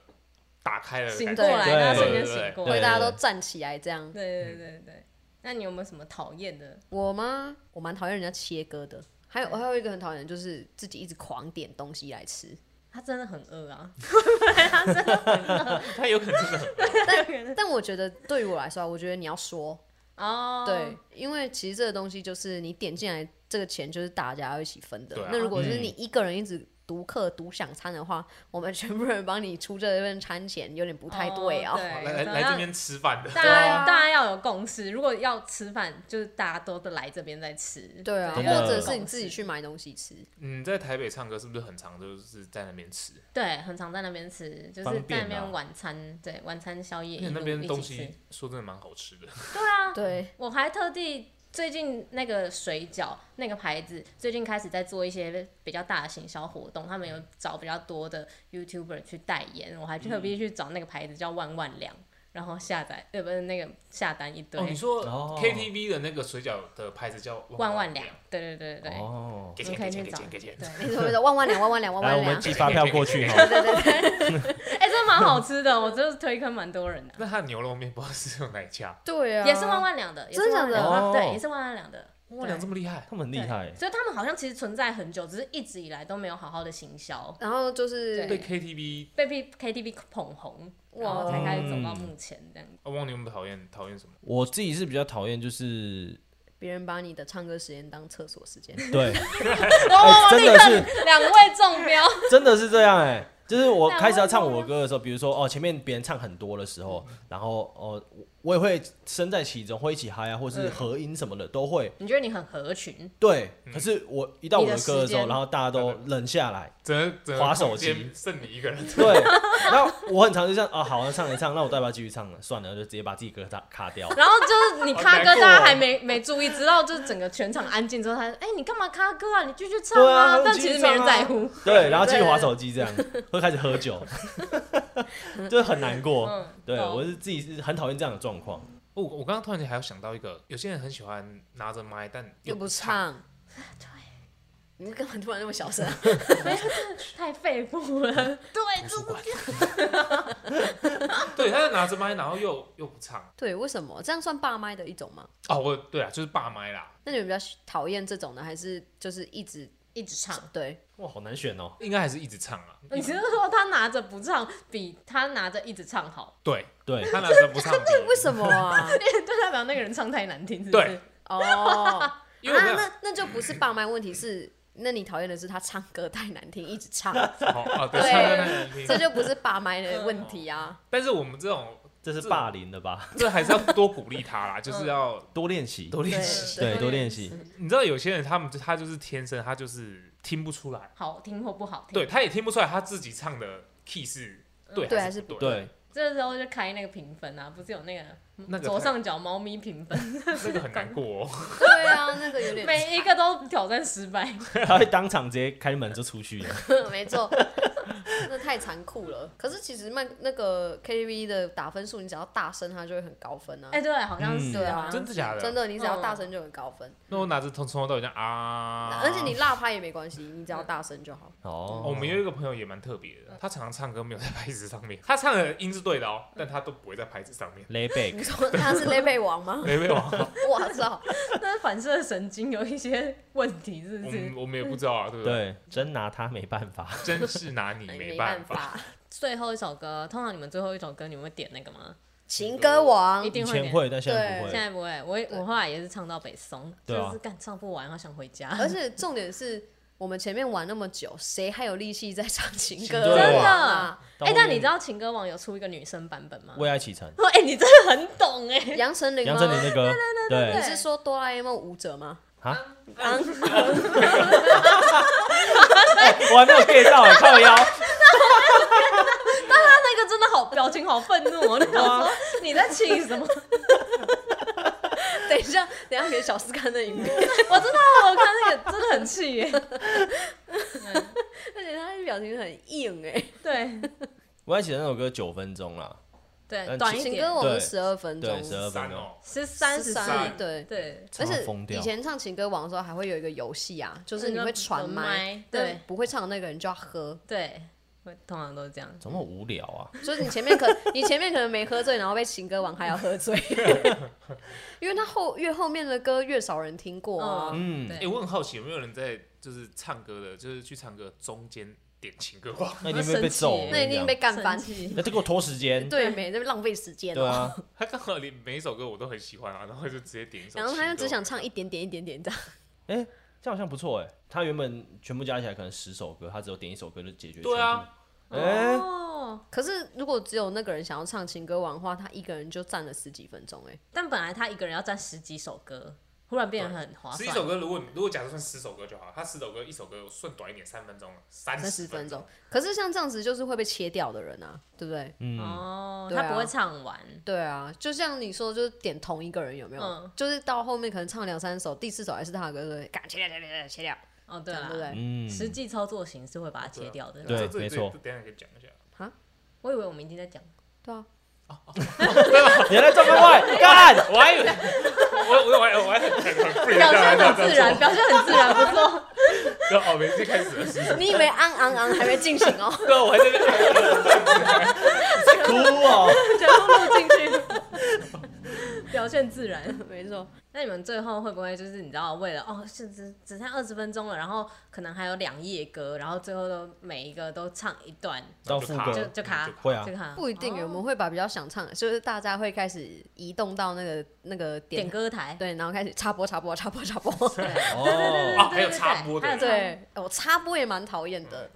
Speaker 1: 打开了的
Speaker 2: 醒
Speaker 1: 感
Speaker 2: 过
Speaker 1: 觉？
Speaker 2: 来，
Speaker 3: 对
Speaker 2: 大家瞬
Speaker 1: 对
Speaker 2: 间
Speaker 1: 对
Speaker 2: 醒过
Speaker 4: 会
Speaker 2: 来。
Speaker 4: 大家都站起来这样。
Speaker 2: 对对对对，那你有没有什么讨厌的？
Speaker 4: 我吗？我蛮讨厌人家切歌的。还有还有一个很讨厌，就是自己一直狂点东西来吃，
Speaker 2: 他真的很饿啊，
Speaker 1: 他有可能真的很
Speaker 4: 但我觉得对于我来说啊，我觉得你要说
Speaker 2: 哦，
Speaker 4: 对，，因为其实这个东西就是你点进来，这个钱就是大家要一起分的
Speaker 1: 对啊。
Speaker 4: 那如果是
Speaker 3: 嗯
Speaker 4: 你一个人一直独客独享餐的话，我们全部人帮你出这份餐钱，有点不太对啊。
Speaker 2: 对，
Speaker 1: 来来来
Speaker 2: 然
Speaker 1: 这
Speaker 2: 后
Speaker 1: 边吃饭的，
Speaker 2: 大
Speaker 4: 对
Speaker 2: 家、
Speaker 4: 啊
Speaker 2: 大家要有共识，如果要吃饭，就是大家都都来这边再吃。
Speaker 4: 对啊，
Speaker 3: 真的
Speaker 4: 或者是你自己去买东西吃，
Speaker 1: 你嗯在台北唱歌是不是很常就是在那边吃？
Speaker 2: 对，很常在那边吃，就是
Speaker 3: 方
Speaker 2: 在
Speaker 3: 便
Speaker 2: 那
Speaker 3: 啊
Speaker 2: 边晚餐，对，晚餐宵夜
Speaker 1: 因
Speaker 2: 一
Speaker 1: 为那
Speaker 2: 路
Speaker 1: 边
Speaker 2: 一
Speaker 1: 东
Speaker 2: 起吃
Speaker 1: 西。说真的蛮好吃的，
Speaker 2: 对啊，
Speaker 4: 对，
Speaker 2: 我还特地最近那个水饺那个牌子，最近开始在做一些比较大的行销活动，他们有找比较多的 YouTuber 去代言，我还特别去找那个牌子叫万万良，然后下载，呃，不是那个下单一堆
Speaker 1: 哦，你说
Speaker 3: 哦
Speaker 1: KTV 的那个水饺的牌子叫
Speaker 2: 万万良，，对对对对对，
Speaker 3: 哦，
Speaker 1: 给
Speaker 2: 你
Speaker 1: 钱
Speaker 2: 可以
Speaker 1: 给
Speaker 2: 去
Speaker 1: 钱给
Speaker 2: 找，
Speaker 1: 钱给钱，
Speaker 2: 对。
Speaker 4: 你说的万万两万万两万
Speaker 3: 来，
Speaker 4: 万
Speaker 3: 我们
Speaker 4: 两，
Speaker 3: 寄发票过去哈。
Speaker 4: 对对对，
Speaker 2: 哎、这蛮好吃的， 我就是推坑蛮多人的、
Speaker 1: 那它的牛肉面不知道是用哪一家，
Speaker 4: 对啊，
Speaker 2: 也是万万两的，也是
Speaker 4: 真的假的
Speaker 2: 万万良对，
Speaker 3: 哦
Speaker 2: 也是万万两的，
Speaker 1: 哇，两这么厉害，
Speaker 3: 他们很厉
Speaker 2: 对
Speaker 3: 害，
Speaker 2: 所以他们好像其实存在很久，只是一直以来都没有好好的行销，
Speaker 4: 然后就是
Speaker 1: 被
Speaker 2: 对
Speaker 1: KTV，
Speaker 2: 被 P KTV 捧红，
Speaker 4: 哇
Speaker 2: 然后才开始走到目前这样子。
Speaker 1: 哦我忘你们讨厌讨厌什么？
Speaker 3: 我自己是比较讨厌，就是
Speaker 4: 别人把你的唱歌时间当厕所 时间，
Speaker 3: 对，
Speaker 2: 哦，
Speaker 3: 真的是
Speaker 2: 两位中标，
Speaker 3: 真的是这样哎、就是我
Speaker 2: 那
Speaker 3: 开始要唱
Speaker 2: 我
Speaker 3: 我歌的时候，比如说哦，前面别人唱很多的时候，
Speaker 2: 嗯
Speaker 3: 然后哦，我我也会身在其中，会一起嗨啊，或是
Speaker 2: 嗯
Speaker 3: 合音什么的都会。
Speaker 2: 你觉得你很合群？
Speaker 3: 对，可是我一到我
Speaker 2: 你的
Speaker 3: 的
Speaker 2: 时
Speaker 3: 歌的时候，
Speaker 2: 间
Speaker 3: 然后大家都冷下来，
Speaker 1: 整个整个
Speaker 3: 滑手
Speaker 1: 空间
Speaker 3: 机
Speaker 1: 剩你一个人，
Speaker 3: 对， 然后我很常就这样啊，好，那唱一唱，那我再不要继续唱了，算了，就直接把自己歌卡卡掉。
Speaker 2: 然后就是你咖歌，
Speaker 1: 好难
Speaker 2: 大
Speaker 1: 过
Speaker 2: 家还没没注意，直到就是整个全场安静之后，他说：“哎、你干嘛咖歌啊？你继续唱
Speaker 3: 对啊
Speaker 2: 但
Speaker 3: 你继
Speaker 2: 其
Speaker 3: 续
Speaker 2: 实没人
Speaker 3: 唱啊
Speaker 2: 在乎。
Speaker 3: 对，然后继续划手机，这样会开始喝 酒，就很难过
Speaker 2: 嗯。
Speaker 3: 对
Speaker 2: 懂
Speaker 3: 我是自己是很讨厌这样的状况。
Speaker 1: 哦我我刚刚突然间还有想到一个，有些人很喜欢拿着麦，但
Speaker 4: 又
Speaker 1: 不
Speaker 4: 不
Speaker 1: 唱，
Speaker 4: 唱。对，你干嘛突然那么小声？
Speaker 2: 没有，太肺部了。对，
Speaker 1: 图
Speaker 2: 就
Speaker 1: 书
Speaker 2: 是
Speaker 1: 馆。对，他就拿着麦，然后又又不唱。
Speaker 4: 对，为什么这样算霸麦的一种吗？
Speaker 1: 哦，我对啊，就是霸麦啦，
Speaker 4: 那你们比较讨厌这种呢，还是就是一直
Speaker 2: 一直唱。
Speaker 4: 对？
Speaker 3: 哇，好难选哦。
Speaker 1: 应该还是一直唱啊。
Speaker 2: 你是说他拿着不唱，比他拿着一直唱好？
Speaker 1: 对
Speaker 3: 对，
Speaker 1: 他拿着不唱比，
Speaker 4: 为什么啊？
Speaker 2: 就代表那个人唱太难听，是不是？
Speaker 1: 对
Speaker 4: 哦，
Speaker 1: 因为我
Speaker 4: 啊，
Speaker 1: 没有
Speaker 4: 那那就不是霸麦问题，是那你讨厌的是他唱歌太难听，一直唱，
Speaker 1: 好啊， 对，
Speaker 4: 对
Speaker 1: 唱歌太难听
Speaker 4: 这就不是把麦的问题啊。
Speaker 1: 但是我们这种，
Speaker 3: 这是霸凌的吧？
Speaker 1: 这还是要多鼓励他
Speaker 4: 嗯
Speaker 1: 啦，就是要
Speaker 3: 多练习，
Speaker 1: 多
Speaker 4: 对
Speaker 1: 练习。
Speaker 3: 对，多练习。
Speaker 1: 你知道有些人他们就他就是天生他就是听不出来，
Speaker 2: 好听或不
Speaker 4: 嗯
Speaker 2: 好听。
Speaker 1: 对，他也听不出来他自己唱的 key 是对
Speaker 4: 对
Speaker 1: 还是
Speaker 4: 还是
Speaker 1: 不对，
Speaker 3: 对，
Speaker 2: 这时候就开那个评分啊，不是有那个
Speaker 1: 那个
Speaker 2: 左上角猫咪评分，
Speaker 1: 那个很难过 哦。
Speaker 4: 对啊，那个有点
Speaker 2: 每一个都挑战失败。
Speaker 3: 他会当场直接开门就出去了。
Speaker 4: 没错，那太残酷了。可是其实麦那个 KTV 的打分数，你只要大声，它就会很高分啊。
Speaker 2: 哎，对，好像是
Speaker 3: 嗯
Speaker 4: 对
Speaker 2: 好
Speaker 4: 啊，
Speaker 2: 像
Speaker 1: 真的假的
Speaker 4: 真的，你只要大
Speaker 2: 嗯
Speaker 4: 声就很高分，
Speaker 1: 那我拿着从从头到尾这样啊，
Speaker 4: 而且你辣拍也没关系，你只要大声就好。
Speaker 3: 哦
Speaker 1: 哦。我们有一个朋友也蛮特别
Speaker 4: 嗯
Speaker 1: 的，他常常唱歌没有在拍子上面， 他唱的音是对的哦，但他都不会在拍子上面。
Speaker 3: lay back，
Speaker 4: 你说他是雷贝王 吗？
Speaker 1: 没有啊，
Speaker 4: 我操！
Speaker 2: 但是反射神经有一些问题，是
Speaker 1: 我
Speaker 2: 不是
Speaker 1: 们？我们也不知道啊，对不对？
Speaker 3: 对，真拿他没办法。
Speaker 1: 真是拿你没
Speaker 4: 没
Speaker 1: 办 法。
Speaker 4: 办法，
Speaker 2: 最后一首歌，通常你们最后一首歌，你们会点那个吗？
Speaker 4: 情歌王
Speaker 2: 一，
Speaker 3: 以
Speaker 2: 定会
Speaker 3: 前
Speaker 2: 点。
Speaker 3: 会，但现在不
Speaker 2: 现
Speaker 3: 会。
Speaker 2: 在不会，我也我后来也是唱到北松，
Speaker 3: 对啊
Speaker 2: 就是干唱不完，然后想回家。哎
Speaker 4: 而且重点是我们前面玩那么久，谁还有力气在唱情歌
Speaker 3: 对
Speaker 2: 真的，
Speaker 4: 王
Speaker 2: 哎
Speaker 4: 啊？、
Speaker 3: 到后面
Speaker 2: 但你知道情歌王有出一个女生版本吗？
Speaker 3: 为爱启程，
Speaker 2: 说， 哎、你真的很懂哎、
Speaker 4: 杨丞琳
Speaker 3: 杨
Speaker 4: 吗？
Speaker 3: 丞琳那个，
Speaker 4: 你
Speaker 3: 对
Speaker 4: 是说哆啦 A 梦舞者吗？
Speaker 3: 啊， 我还没有 get 到，啊靠腰。
Speaker 2: 他那个真的好表情好愤怒哦，那想说你在气什么？
Speaker 4: 等一下，等一下给小四看那影片，
Speaker 2: 我真的好看那个，真的很气耶。
Speaker 4: 而且他的表情很硬哎、
Speaker 2: 对
Speaker 3: 为爱启程那首歌九分钟啦，
Speaker 2: 对，
Speaker 3: 但
Speaker 2: 短一
Speaker 4: 情歌
Speaker 2: 点，
Speaker 4: 王
Speaker 3: 对
Speaker 4: 十二分钟
Speaker 3: 对，，十二分
Speaker 1: 三
Speaker 3: 钟。
Speaker 1: 哦，
Speaker 2: 是三十
Speaker 4: 三
Speaker 2: 三，
Speaker 4: 对。
Speaker 2: 对，
Speaker 3: 超
Speaker 4: 而且
Speaker 3: 疯掉
Speaker 4: 以前唱情歌王的时候，还会有一个游戏啊，就是你会传
Speaker 2: 麦
Speaker 4: 麦，
Speaker 2: 对
Speaker 4: 但不会唱的那个人就要喝，
Speaker 2: 对，我通常都是这样。
Speaker 3: 怎么那么无聊啊？
Speaker 4: 就是你前面可你前面可能没喝醉，然后被情歌王还要喝 醉，因为他后越后面的歌越少人听过啊。
Speaker 2: 嗯，
Speaker 1: 哎、
Speaker 2: 对，
Speaker 1: 我很好奇有没有人在就是唱歌的，就是去唱歌中间点情歌王，
Speaker 3: 那一定会被揍。
Speaker 2: 我
Speaker 3: 我
Speaker 2: 生气
Speaker 4: 那
Speaker 3: 跟
Speaker 4: 一
Speaker 3: 你
Speaker 4: 定
Speaker 3: 讲
Speaker 4: 被干翻
Speaker 2: 生。气
Speaker 3: 那这给我拖时间。
Speaker 4: 对，没那边浪费时间
Speaker 3: 对
Speaker 4: 哦。
Speaker 3: 啊，
Speaker 1: 他刚好连每一首歌我都很喜欢啊，然后就直接点一首情歌。
Speaker 4: 然后他又只想唱一点点一点点这样。
Speaker 3: 哎，这样好像不错哎。他原本全部加起来可能十首歌，他只有点一首歌就解决。
Speaker 1: 对啊，
Speaker 3: 哎，
Speaker 2: 哦，
Speaker 4: 可是如果只有那个人想要唱情歌王的话，他一个人就占了十几分钟哎、
Speaker 2: 但本来他一个人要占十几首歌，忽然变得很划
Speaker 1: 十一首
Speaker 2: 算。
Speaker 1: 歌，如果你如果假设算十首歌就好，他十首歌一首歌算短一点，三分钟，啊三
Speaker 4: 三十分
Speaker 1: 分
Speaker 4: 钟。。可是像这样子就是会被切掉的人啊，对不对？
Speaker 3: 嗯，
Speaker 2: 哦，
Speaker 4: 对啊
Speaker 2: 他不会唱完，
Speaker 4: 对啊，就像你说，就是点同一个人有没有？
Speaker 2: 嗯
Speaker 4: 就是到后面可能唱两三首，第四首还是他的歌，对不对？赶切掉，切掉，切掉，
Speaker 2: 哦，
Speaker 4: 这
Speaker 2: 对
Speaker 4: 样
Speaker 2: 啦
Speaker 4: 对不，啊对？
Speaker 3: 嗯，
Speaker 2: 实际操作型是会把它
Speaker 1: 对啊
Speaker 2: 切掉的。
Speaker 3: 对
Speaker 1: 这这
Speaker 3: 没
Speaker 1: 这
Speaker 3: 错
Speaker 1: 这等一下可以讲一下。
Speaker 2: 我以为我们已经在 讲，
Speaker 4: 对啊，
Speaker 3: 你还在状况外干。
Speaker 1: 我还以为我我我还我还很 很 free
Speaker 2: 表
Speaker 1: 这样
Speaker 2: 现
Speaker 1: 这样这
Speaker 2: 很自
Speaker 1: 样
Speaker 2: 然，表现很自然，不错。
Speaker 1: 做，然后哦，没事，开始了，是
Speaker 4: 你以为昂昂昂还没进行哦？
Speaker 1: 对啊，我还在那边
Speaker 3: 哭哦！
Speaker 2: 全 部录进去，表现自然。
Speaker 4: 没错，
Speaker 2: 那你们最后会不会就是你知道为了哦，是只只剩二十分钟了，然后可能还有两页歌，然后最后都每一个都唱一段，
Speaker 3: 到副
Speaker 1: 就卡
Speaker 2: 就
Speaker 3: 歌
Speaker 2: 就卡
Speaker 1: 嗯就卡
Speaker 3: 会啊
Speaker 2: 就，卡
Speaker 4: 不一定，我们会把比较想唱的，就是大家会开始移动到那个那个点
Speaker 2: 点，歌台。
Speaker 4: 对，然后开始插播插播插播插播。
Speaker 2: 对
Speaker 3: 哦，
Speaker 1: 啊还有插播的
Speaker 2: 还有插
Speaker 4: 对，我插播也蛮讨厌的，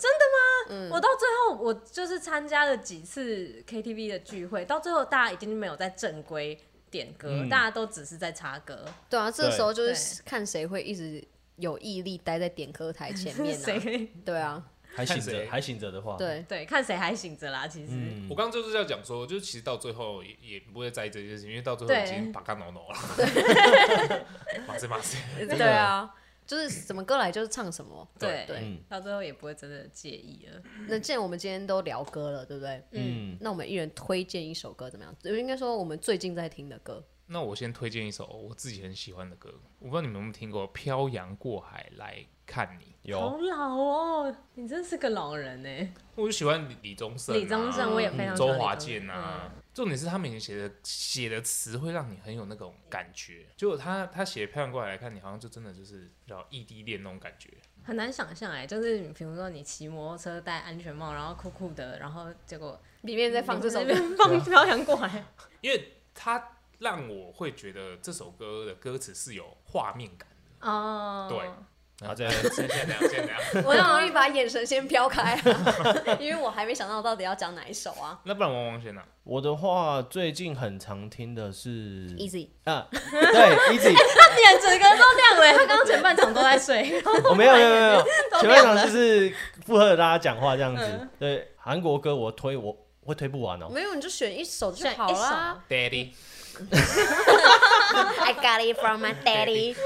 Speaker 2: 我到最后，我就是参加了几次 KTV 的聚会，到最后大家已经没有在正规点歌，
Speaker 3: 嗯
Speaker 2: 大家都只是在插歌，
Speaker 4: 对啊，这时候就
Speaker 2: 对
Speaker 4: 是看谁会一直有毅力待在点歌台前面
Speaker 2: 谁
Speaker 4: 啊。
Speaker 2: 可以
Speaker 4: 对啊，
Speaker 3: 还醒
Speaker 1: 看谁
Speaker 3: 着，还醒着的话，，
Speaker 4: 对，
Speaker 2: 对看谁还醒着啦。其实、
Speaker 3: 嗯
Speaker 1: 我，刚刚就是要讲说，就是其实到最后也也不会在意这件事情，因为到最后
Speaker 2: 对
Speaker 1: 已经把干挠挠了。 马赛马赛，
Speaker 3: 的
Speaker 4: 对啊，就是什么歌来就是唱什么。
Speaker 2: 对
Speaker 4: 对，
Speaker 3: 嗯
Speaker 2: 到最后也不会真的介意啊了。
Speaker 4: 那既然我们今天都聊歌了，对不对？
Speaker 3: 嗯，
Speaker 4: 那我们一人推荐一首歌怎么样？应该说我们最近在听的歌，
Speaker 1: 那我先推荐一首我自己很喜欢的歌，我不知道你们有没有听过《漂洋过海来看你》，
Speaker 3: 有
Speaker 2: 好老哦，你真是个老人欸呢、
Speaker 1: 我就喜欢李李宗盛、啊，
Speaker 2: 李宗盛我也非常喜欢李宗
Speaker 1: 周
Speaker 2: 盛
Speaker 1: 华健啊。重点是他们以前写的写的词会让你很有那种感觉，就他他写《漂洋过海来看你》，好像就真的就是叫异地恋那种感觉。
Speaker 2: 很难想象哎、就是你比如说你骑摩托车戴安全帽，然后酷酷的，然后结果
Speaker 4: 里面在放这首
Speaker 2: 你
Speaker 4: 歌
Speaker 2: 在。 那边放漂洋过海，
Speaker 1: 因为它让我会觉得这首歌的歌词是有画面感的。
Speaker 2: 哦，
Speaker 1: 对，
Speaker 3: 好，这样
Speaker 1: 现在怎样？现在怎样？
Speaker 4: 我很容易把眼神先飘开、啊， 因为我还没想到到底要讲哪一首啊。
Speaker 1: 那不然王王先呢？
Speaker 3: 我的话最近很常听的是
Speaker 4: Easy，
Speaker 3: 啊，对 Easy，
Speaker 2: 他脸整个都亮了耶，欸他刚刚前半场都在 睡。
Speaker 3: 我哦没有没有没有没有，
Speaker 2: 都
Speaker 3: 前面
Speaker 2: 亮
Speaker 3: 场
Speaker 2: 了
Speaker 3: 就是附和大家讲话这样子。对，韩国歌我推我会推不完哦。
Speaker 4: 没有你就选一首啊就
Speaker 2: 选一
Speaker 4: 好啦。
Speaker 1: Daddy，
Speaker 4: I got it from my daddy。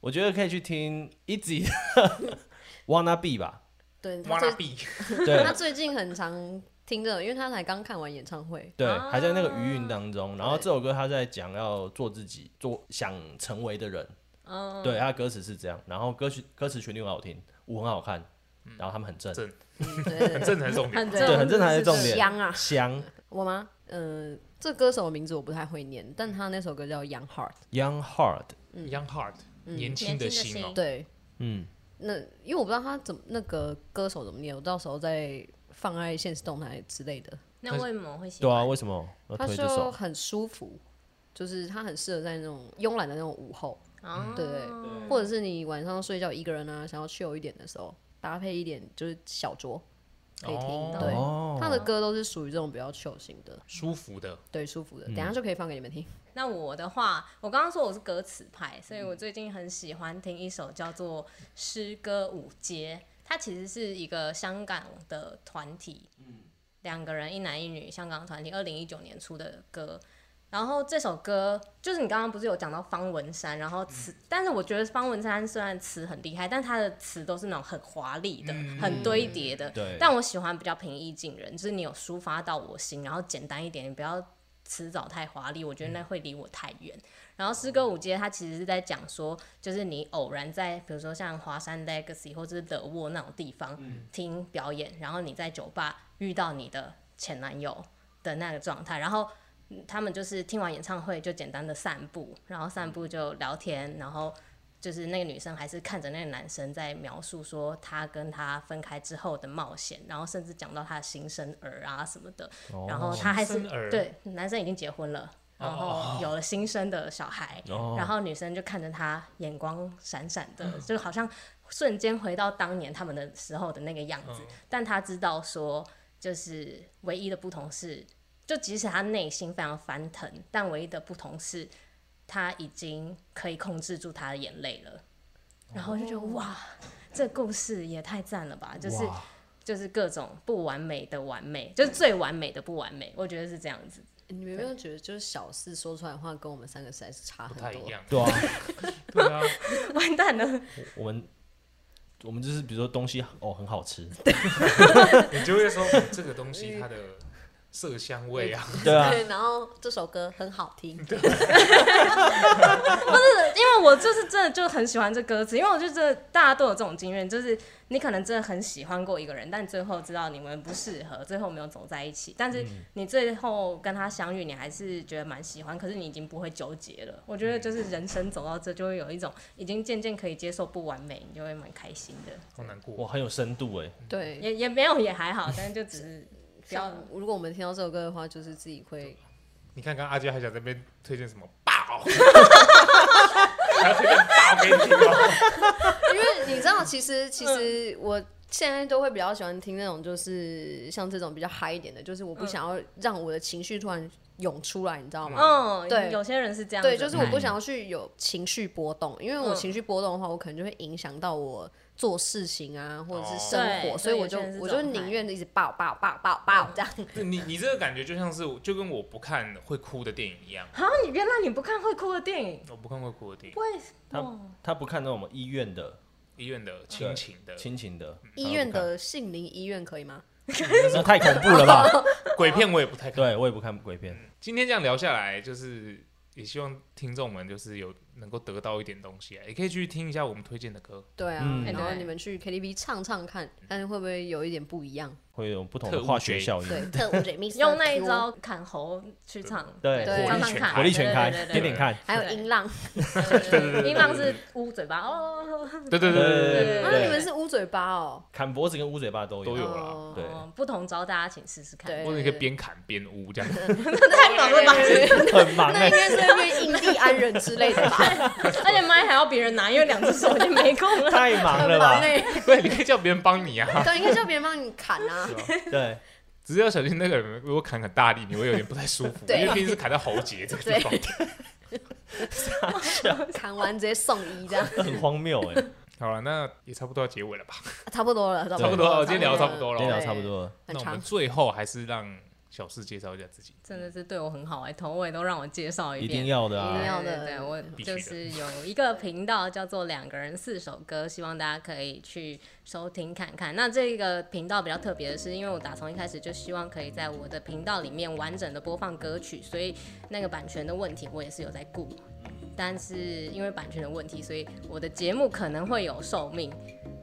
Speaker 3: 我觉得可以去听 Easy 的 Wanna Be 吧。
Speaker 4: 对，他
Speaker 1: 挖拉
Speaker 4: 最
Speaker 1: 比，
Speaker 3: 对
Speaker 4: 他最近很常听这种，因为他才刚看完演唱会。
Speaker 3: 对，
Speaker 2: 啊
Speaker 3: 还在那个余韵当中。然后这首歌他在讲要做自己，做想成为的人。
Speaker 2: 嗯，
Speaker 3: 对，他的歌词是这样，然后歌曲歌词旋律很好听，舞很好看，
Speaker 1: 嗯
Speaker 3: 然后他们很正，
Speaker 1: 正
Speaker 4: 对对
Speaker 1: 很
Speaker 4: 对
Speaker 1: 正才是重点。
Speaker 2: 很
Speaker 4: 对
Speaker 3: 对，很正常的
Speaker 2: 是
Speaker 3: 重点。
Speaker 4: 香啊
Speaker 3: 香
Speaker 4: 我吗？呃，这歌手的名字我不太会念，但他那首歌叫《Young Heart
Speaker 3: Young Heart，
Speaker 1: Young Heart，年轻
Speaker 2: 年轻
Speaker 1: 的
Speaker 2: 的
Speaker 1: 心哦》。。
Speaker 4: 对，
Speaker 3: 嗯，
Speaker 4: 那因为我不知道他怎么那个歌手怎么念，我到时候再放在现实动态之类的。
Speaker 2: 那为什么会喜
Speaker 3: 对啊，
Speaker 2: 欢？
Speaker 3: 为什么要
Speaker 4: 他
Speaker 3: 推这
Speaker 4: 就
Speaker 3: 首？
Speaker 4: 很舒服，就是他很适合在那种慵懒的那种午后，
Speaker 2: 啊
Speaker 4: 对对或者是你晚上睡觉一个人啊，想要 chill 一点的时候，搭配一点就是小酌可以听。
Speaker 1: 哦
Speaker 4: 对，
Speaker 3: 哦，
Speaker 4: 他的歌都是属于这种比较 chill 型的，
Speaker 1: 舒服的，
Speaker 4: 对，舒服的。等一
Speaker 1: 嗯
Speaker 4: 下就可以放给你们听。
Speaker 2: 那我的话，我刚刚说我是歌词派，所以我最近很喜欢听一首叫做《诗歌舞街》，它其实是一个香港的团体，两个人一男一女，香港团体，二零一九年出的歌。然后这首歌就是你刚刚不是有讲到方文山，然后词，但是我觉得方文山虽然词很厉害，但他的词都是那种很华丽的、很堆叠的，
Speaker 3: 对，
Speaker 2: 但我喜欢比较平易近人，就是你有抒发到我心，然后简单一点，你不要辞藻太华丽，我觉得那会离我太远。然后诗歌舞街它其实是在讲说，就是你偶然在比如说像华山 Legacy 或者是德沃那种地方听表演，然后你在酒吧遇到你的前男友的那个状态，然后。嗯他们就是听完演唱会就简单的散步，然后散
Speaker 1: 嗯
Speaker 2: 步就聊天，然后就是那个女生还是看着那个男生在描述说她跟他分开之后的冒险，然后甚至讲到她的新生儿啊什么的，然后她还是
Speaker 1: 哦新生儿哦
Speaker 2: 对男生已经结婚了，然后有了新生的小孩，
Speaker 3: 哦
Speaker 2: 然后女生就看着他眼光闪闪的，
Speaker 1: 嗯
Speaker 2: 就好像瞬间回到当年他们的时候的那个样子，
Speaker 1: 嗯
Speaker 2: 但她知道说就是唯一的不同是。就即使他内心非常翻腾，但唯一的不同是，他已经可以控制住他的眼泪了。然后就觉得、哇，这故事也太赞了吧！就是
Speaker 3: 哇
Speaker 2: 就是各种不完美的完美，就是最完美的不完美，我觉得是这样子。
Speaker 4: 你们有没有觉得，就是小四说出来的话跟我们三个实在是差
Speaker 1: 不
Speaker 4: 很
Speaker 1: 太一
Speaker 4: 多？
Speaker 1: 样。
Speaker 3: 对啊，
Speaker 1: 对啊，
Speaker 2: 完蛋了，
Speaker 3: 我们我们就是比如说东西哦很好吃，
Speaker 1: 你就会说嗯这个东西它的色香味啊，
Speaker 4: 嗯
Speaker 3: 对啊，
Speaker 4: 对，然后这首歌很好听，
Speaker 2: 因为我就是真的就很喜欢这歌词，因为我就觉得大家都有这种经验，就是你可能真的很喜欢过一个人，但最后知道你们不适合，最后没有走在一起，但是你最后跟他相遇，你还是觉得蛮喜欢，可是你已经不会纠结了。我觉得就是人生走到这，就会有一种已经渐渐可以接受不完美，你就会蛮开心的。
Speaker 1: 好难
Speaker 3: 哇
Speaker 1: 过。
Speaker 3: 很有深度哎，
Speaker 4: 对，
Speaker 2: 也也没有也还好，但是就 只是不要
Speaker 4: 像如果我们听到这首歌的话，就是自己会
Speaker 1: 你看刚刚阿娇还想在那边推荐什么爆，还要推荐爆给你听哦。
Speaker 4: 因为你知道，其
Speaker 2: 嗯
Speaker 4: 实其实我现在都会比较喜欢听那种，就是像这种比较嗨一点的，就是我不想要让我的情绪突然涌出来，你知道吗？
Speaker 2: 嗯，
Speaker 4: 对
Speaker 2: 有些人是这样子
Speaker 4: 对，
Speaker 2: 的，
Speaker 4: 就是我不想要去有情绪波动，因为
Speaker 2: 嗯
Speaker 4: 我情绪波动的话，我可能就会影响到我做事情啊，或者是生
Speaker 2: 哦对
Speaker 4: 活，
Speaker 2: 对
Speaker 4: 所以我就
Speaker 2: 有些人是
Speaker 4: 我
Speaker 2: 这
Speaker 4: 就
Speaker 2: 种嗯
Speaker 4: 宁
Speaker 2: 派
Speaker 4: 愿一直爆爆爆爆爆这样。
Speaker 1: 你你这个感觉就像是就跟我不看会哭的电影一样，
Speaker 2: 啊，你原来你不看会哭的电影，
Speaker 1: 我不看会哭的电影，
Speaker 2: 为
Speaker 3: 他他不看那种医院的
Speaker 1: 医院的亲情的
Speaker 3: 亲情的，
Speaker 4: 医院
Speaker 3: 哦
Speaker 4: 的杏林医院可以吗？
Speaker 3: 那太恐怖了吧？
Speaker 1: 鬼片我也不太看。
Speaker 3: 对我也不看鬼片，
Speaker 1: 今天这样聊下来，就是也希望听众们就是有能够得到一点东西啊，也可以去听一下我们推荐的歌，
Speaker 4: 对啊
Speaker 3: 嗯，
Speaker 4: 然后
Speaker 2: 哎对
Speaker 4: 你们去 KTV 唱唱看，但是会不会有一点不一样？
Speaker 3: 会有不同
Speaker 1: 特
Speaker 3: 的
Speaker 1: 务
Speaker 3: 化学
Speaker 1: 学
Speaker 3: 效应。
Speaker 4: 对，特务 remix
Speaker 2: 用那一招砍喉去唱，
Speaker 3: 对
Speaker 4: 对
Speaker 2: 唱唱看，
Speaker 1: 火
Speaker 3: 火力全开
Speaker 2: 对，
Speaker 3: 点
Speaker 2: 对
Speaker 3: 点看，
Speaker 4: 还有音浪，
Speaker 2: 对对对，音浪是捂嘴巴哦，
Speaker 1: 对对对对对
Speaker 3: 对
Speaker 4: 啊，
Speaker 3: 对
Speaker 4: 你们是捂嘴巴哦，
Speaker 3: 砍脖子跟捂嘴巴都
Speaker 1: 都
Speaker 3: 有。
Speaker 1: 有啦
Speaker 4: 哦
Speaker 3: 对
Speaker 2: 哦不同招大家请试试看，
Speaker 1: 对，
Speaker 4: 对
Speaker 1: 或者你可以边砍边污这样。
Speaker 2: 太猛了吧？
Speaker 3: 很忙
Speaker 4: 那
Speaker 3: 哎
Speaker 4: 应。该是因为印第安人之类的吧？
Speaker 2: 而且麦还要别人拿，因为两只手就没空了。
Speaker 3: 太忙了
Speaker 4: 很
Speaker 3: 吧？
Speaker 4: 累，
Speaker 1: 对，你可以叫别人帮你啊。
Speaker 4: 对，应该叫别人帮你砍啊。
Speaker 3: 对，
Speaker 1: 只是要小心那个人，如果砍很大力，你会有点不太舒服，
Speaker 4: 对
Speaker 1: 因为毕竟是砍到喉结这个地方。
Speaker 4: 砍完直接送医这样，
Speaker 3: 很荒谬哎。
Speaker 1: 好了，那也差不多要结尾了吧？
Speaker 4: 啊差不多了，
Speaker 1: 差不多了，我今天聊得差不多了。
Speaker 3: 今天聊差不多了，
Speaker 4: 很
Speaker 1: 那我们
Speaker 4: 长。
Speaker 1: 最后还是让小四介绍一下自己。
Speaker 2: 真的是对我很好哎、头尾都让我介绍
Speaker 3: 一
Speaker 2: 遍
Speaker 3: 定。要的
Speaker 4: 一定
Speaker 3: 啊。
Speaker 4: 要
Speaker 2: 对
Speaker 4: 的
Speaker 2: 对对，我
Speaker 1: 必须
Speaker 2: 就
Speaker 1: 的
Speaker 2: 是有一个频道叫做“两个人四首歌”，希望大家可以去收听看看。那这个频道比较特别的是，因为我打从一开始就希望可以在我的频道里面完整的播放歌曲，所以那个版权的问题我也是有在顾。但是因为版权的问题，所以我的节目可能会有寿命，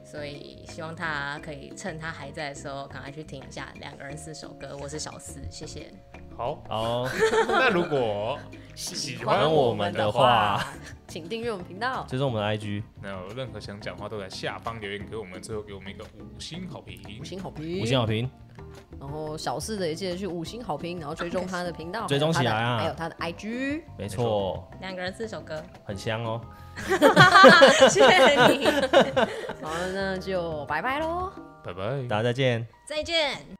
Speaker 2: 所以希望他可以趁他还在的时候赶快去听一下《两个人四首歌》。我是小四，谢谢。
Speaker 1: 好，
Speaker 3: 好，
Speaker 1: 那如果
Speaker 4: 喜
Speaker 1: 喜
Speaker 3: 欢
Speaker 1: 欢我
Speaker 3: 我们
Speaker 1: 们
Speaker 3: 的
Speaker 1: 的
Speaker 3: 话
Speaker 1: 话，
Speaker 4: 啊请订阅我们频道。
Speaker 3: 追踪我们的 IG，
Speaker 1: 那有任何想讲话都在下方留言给我们，最后给我们一个五星好评
Speaker 4: 五。星好评，
Speaker 3: 五星好评，
Speaker 4: 然后小四的也记得去五星好评，然后追踪他的频道，
Speaker 3: 追踪起来啊
Speaker 4: 还有他的还有他的 IG。
Speaker 3: 没错，
Speaker 2: 两个人四首歌，
Speaker 3: 很香哦。
Speaker 2: 谢谢你，
Speaker 4: 好，那就拜拜喽。
Speaker 1: 拜拜。
Speaker 3: 大家再见。
Speaker 2: 再见。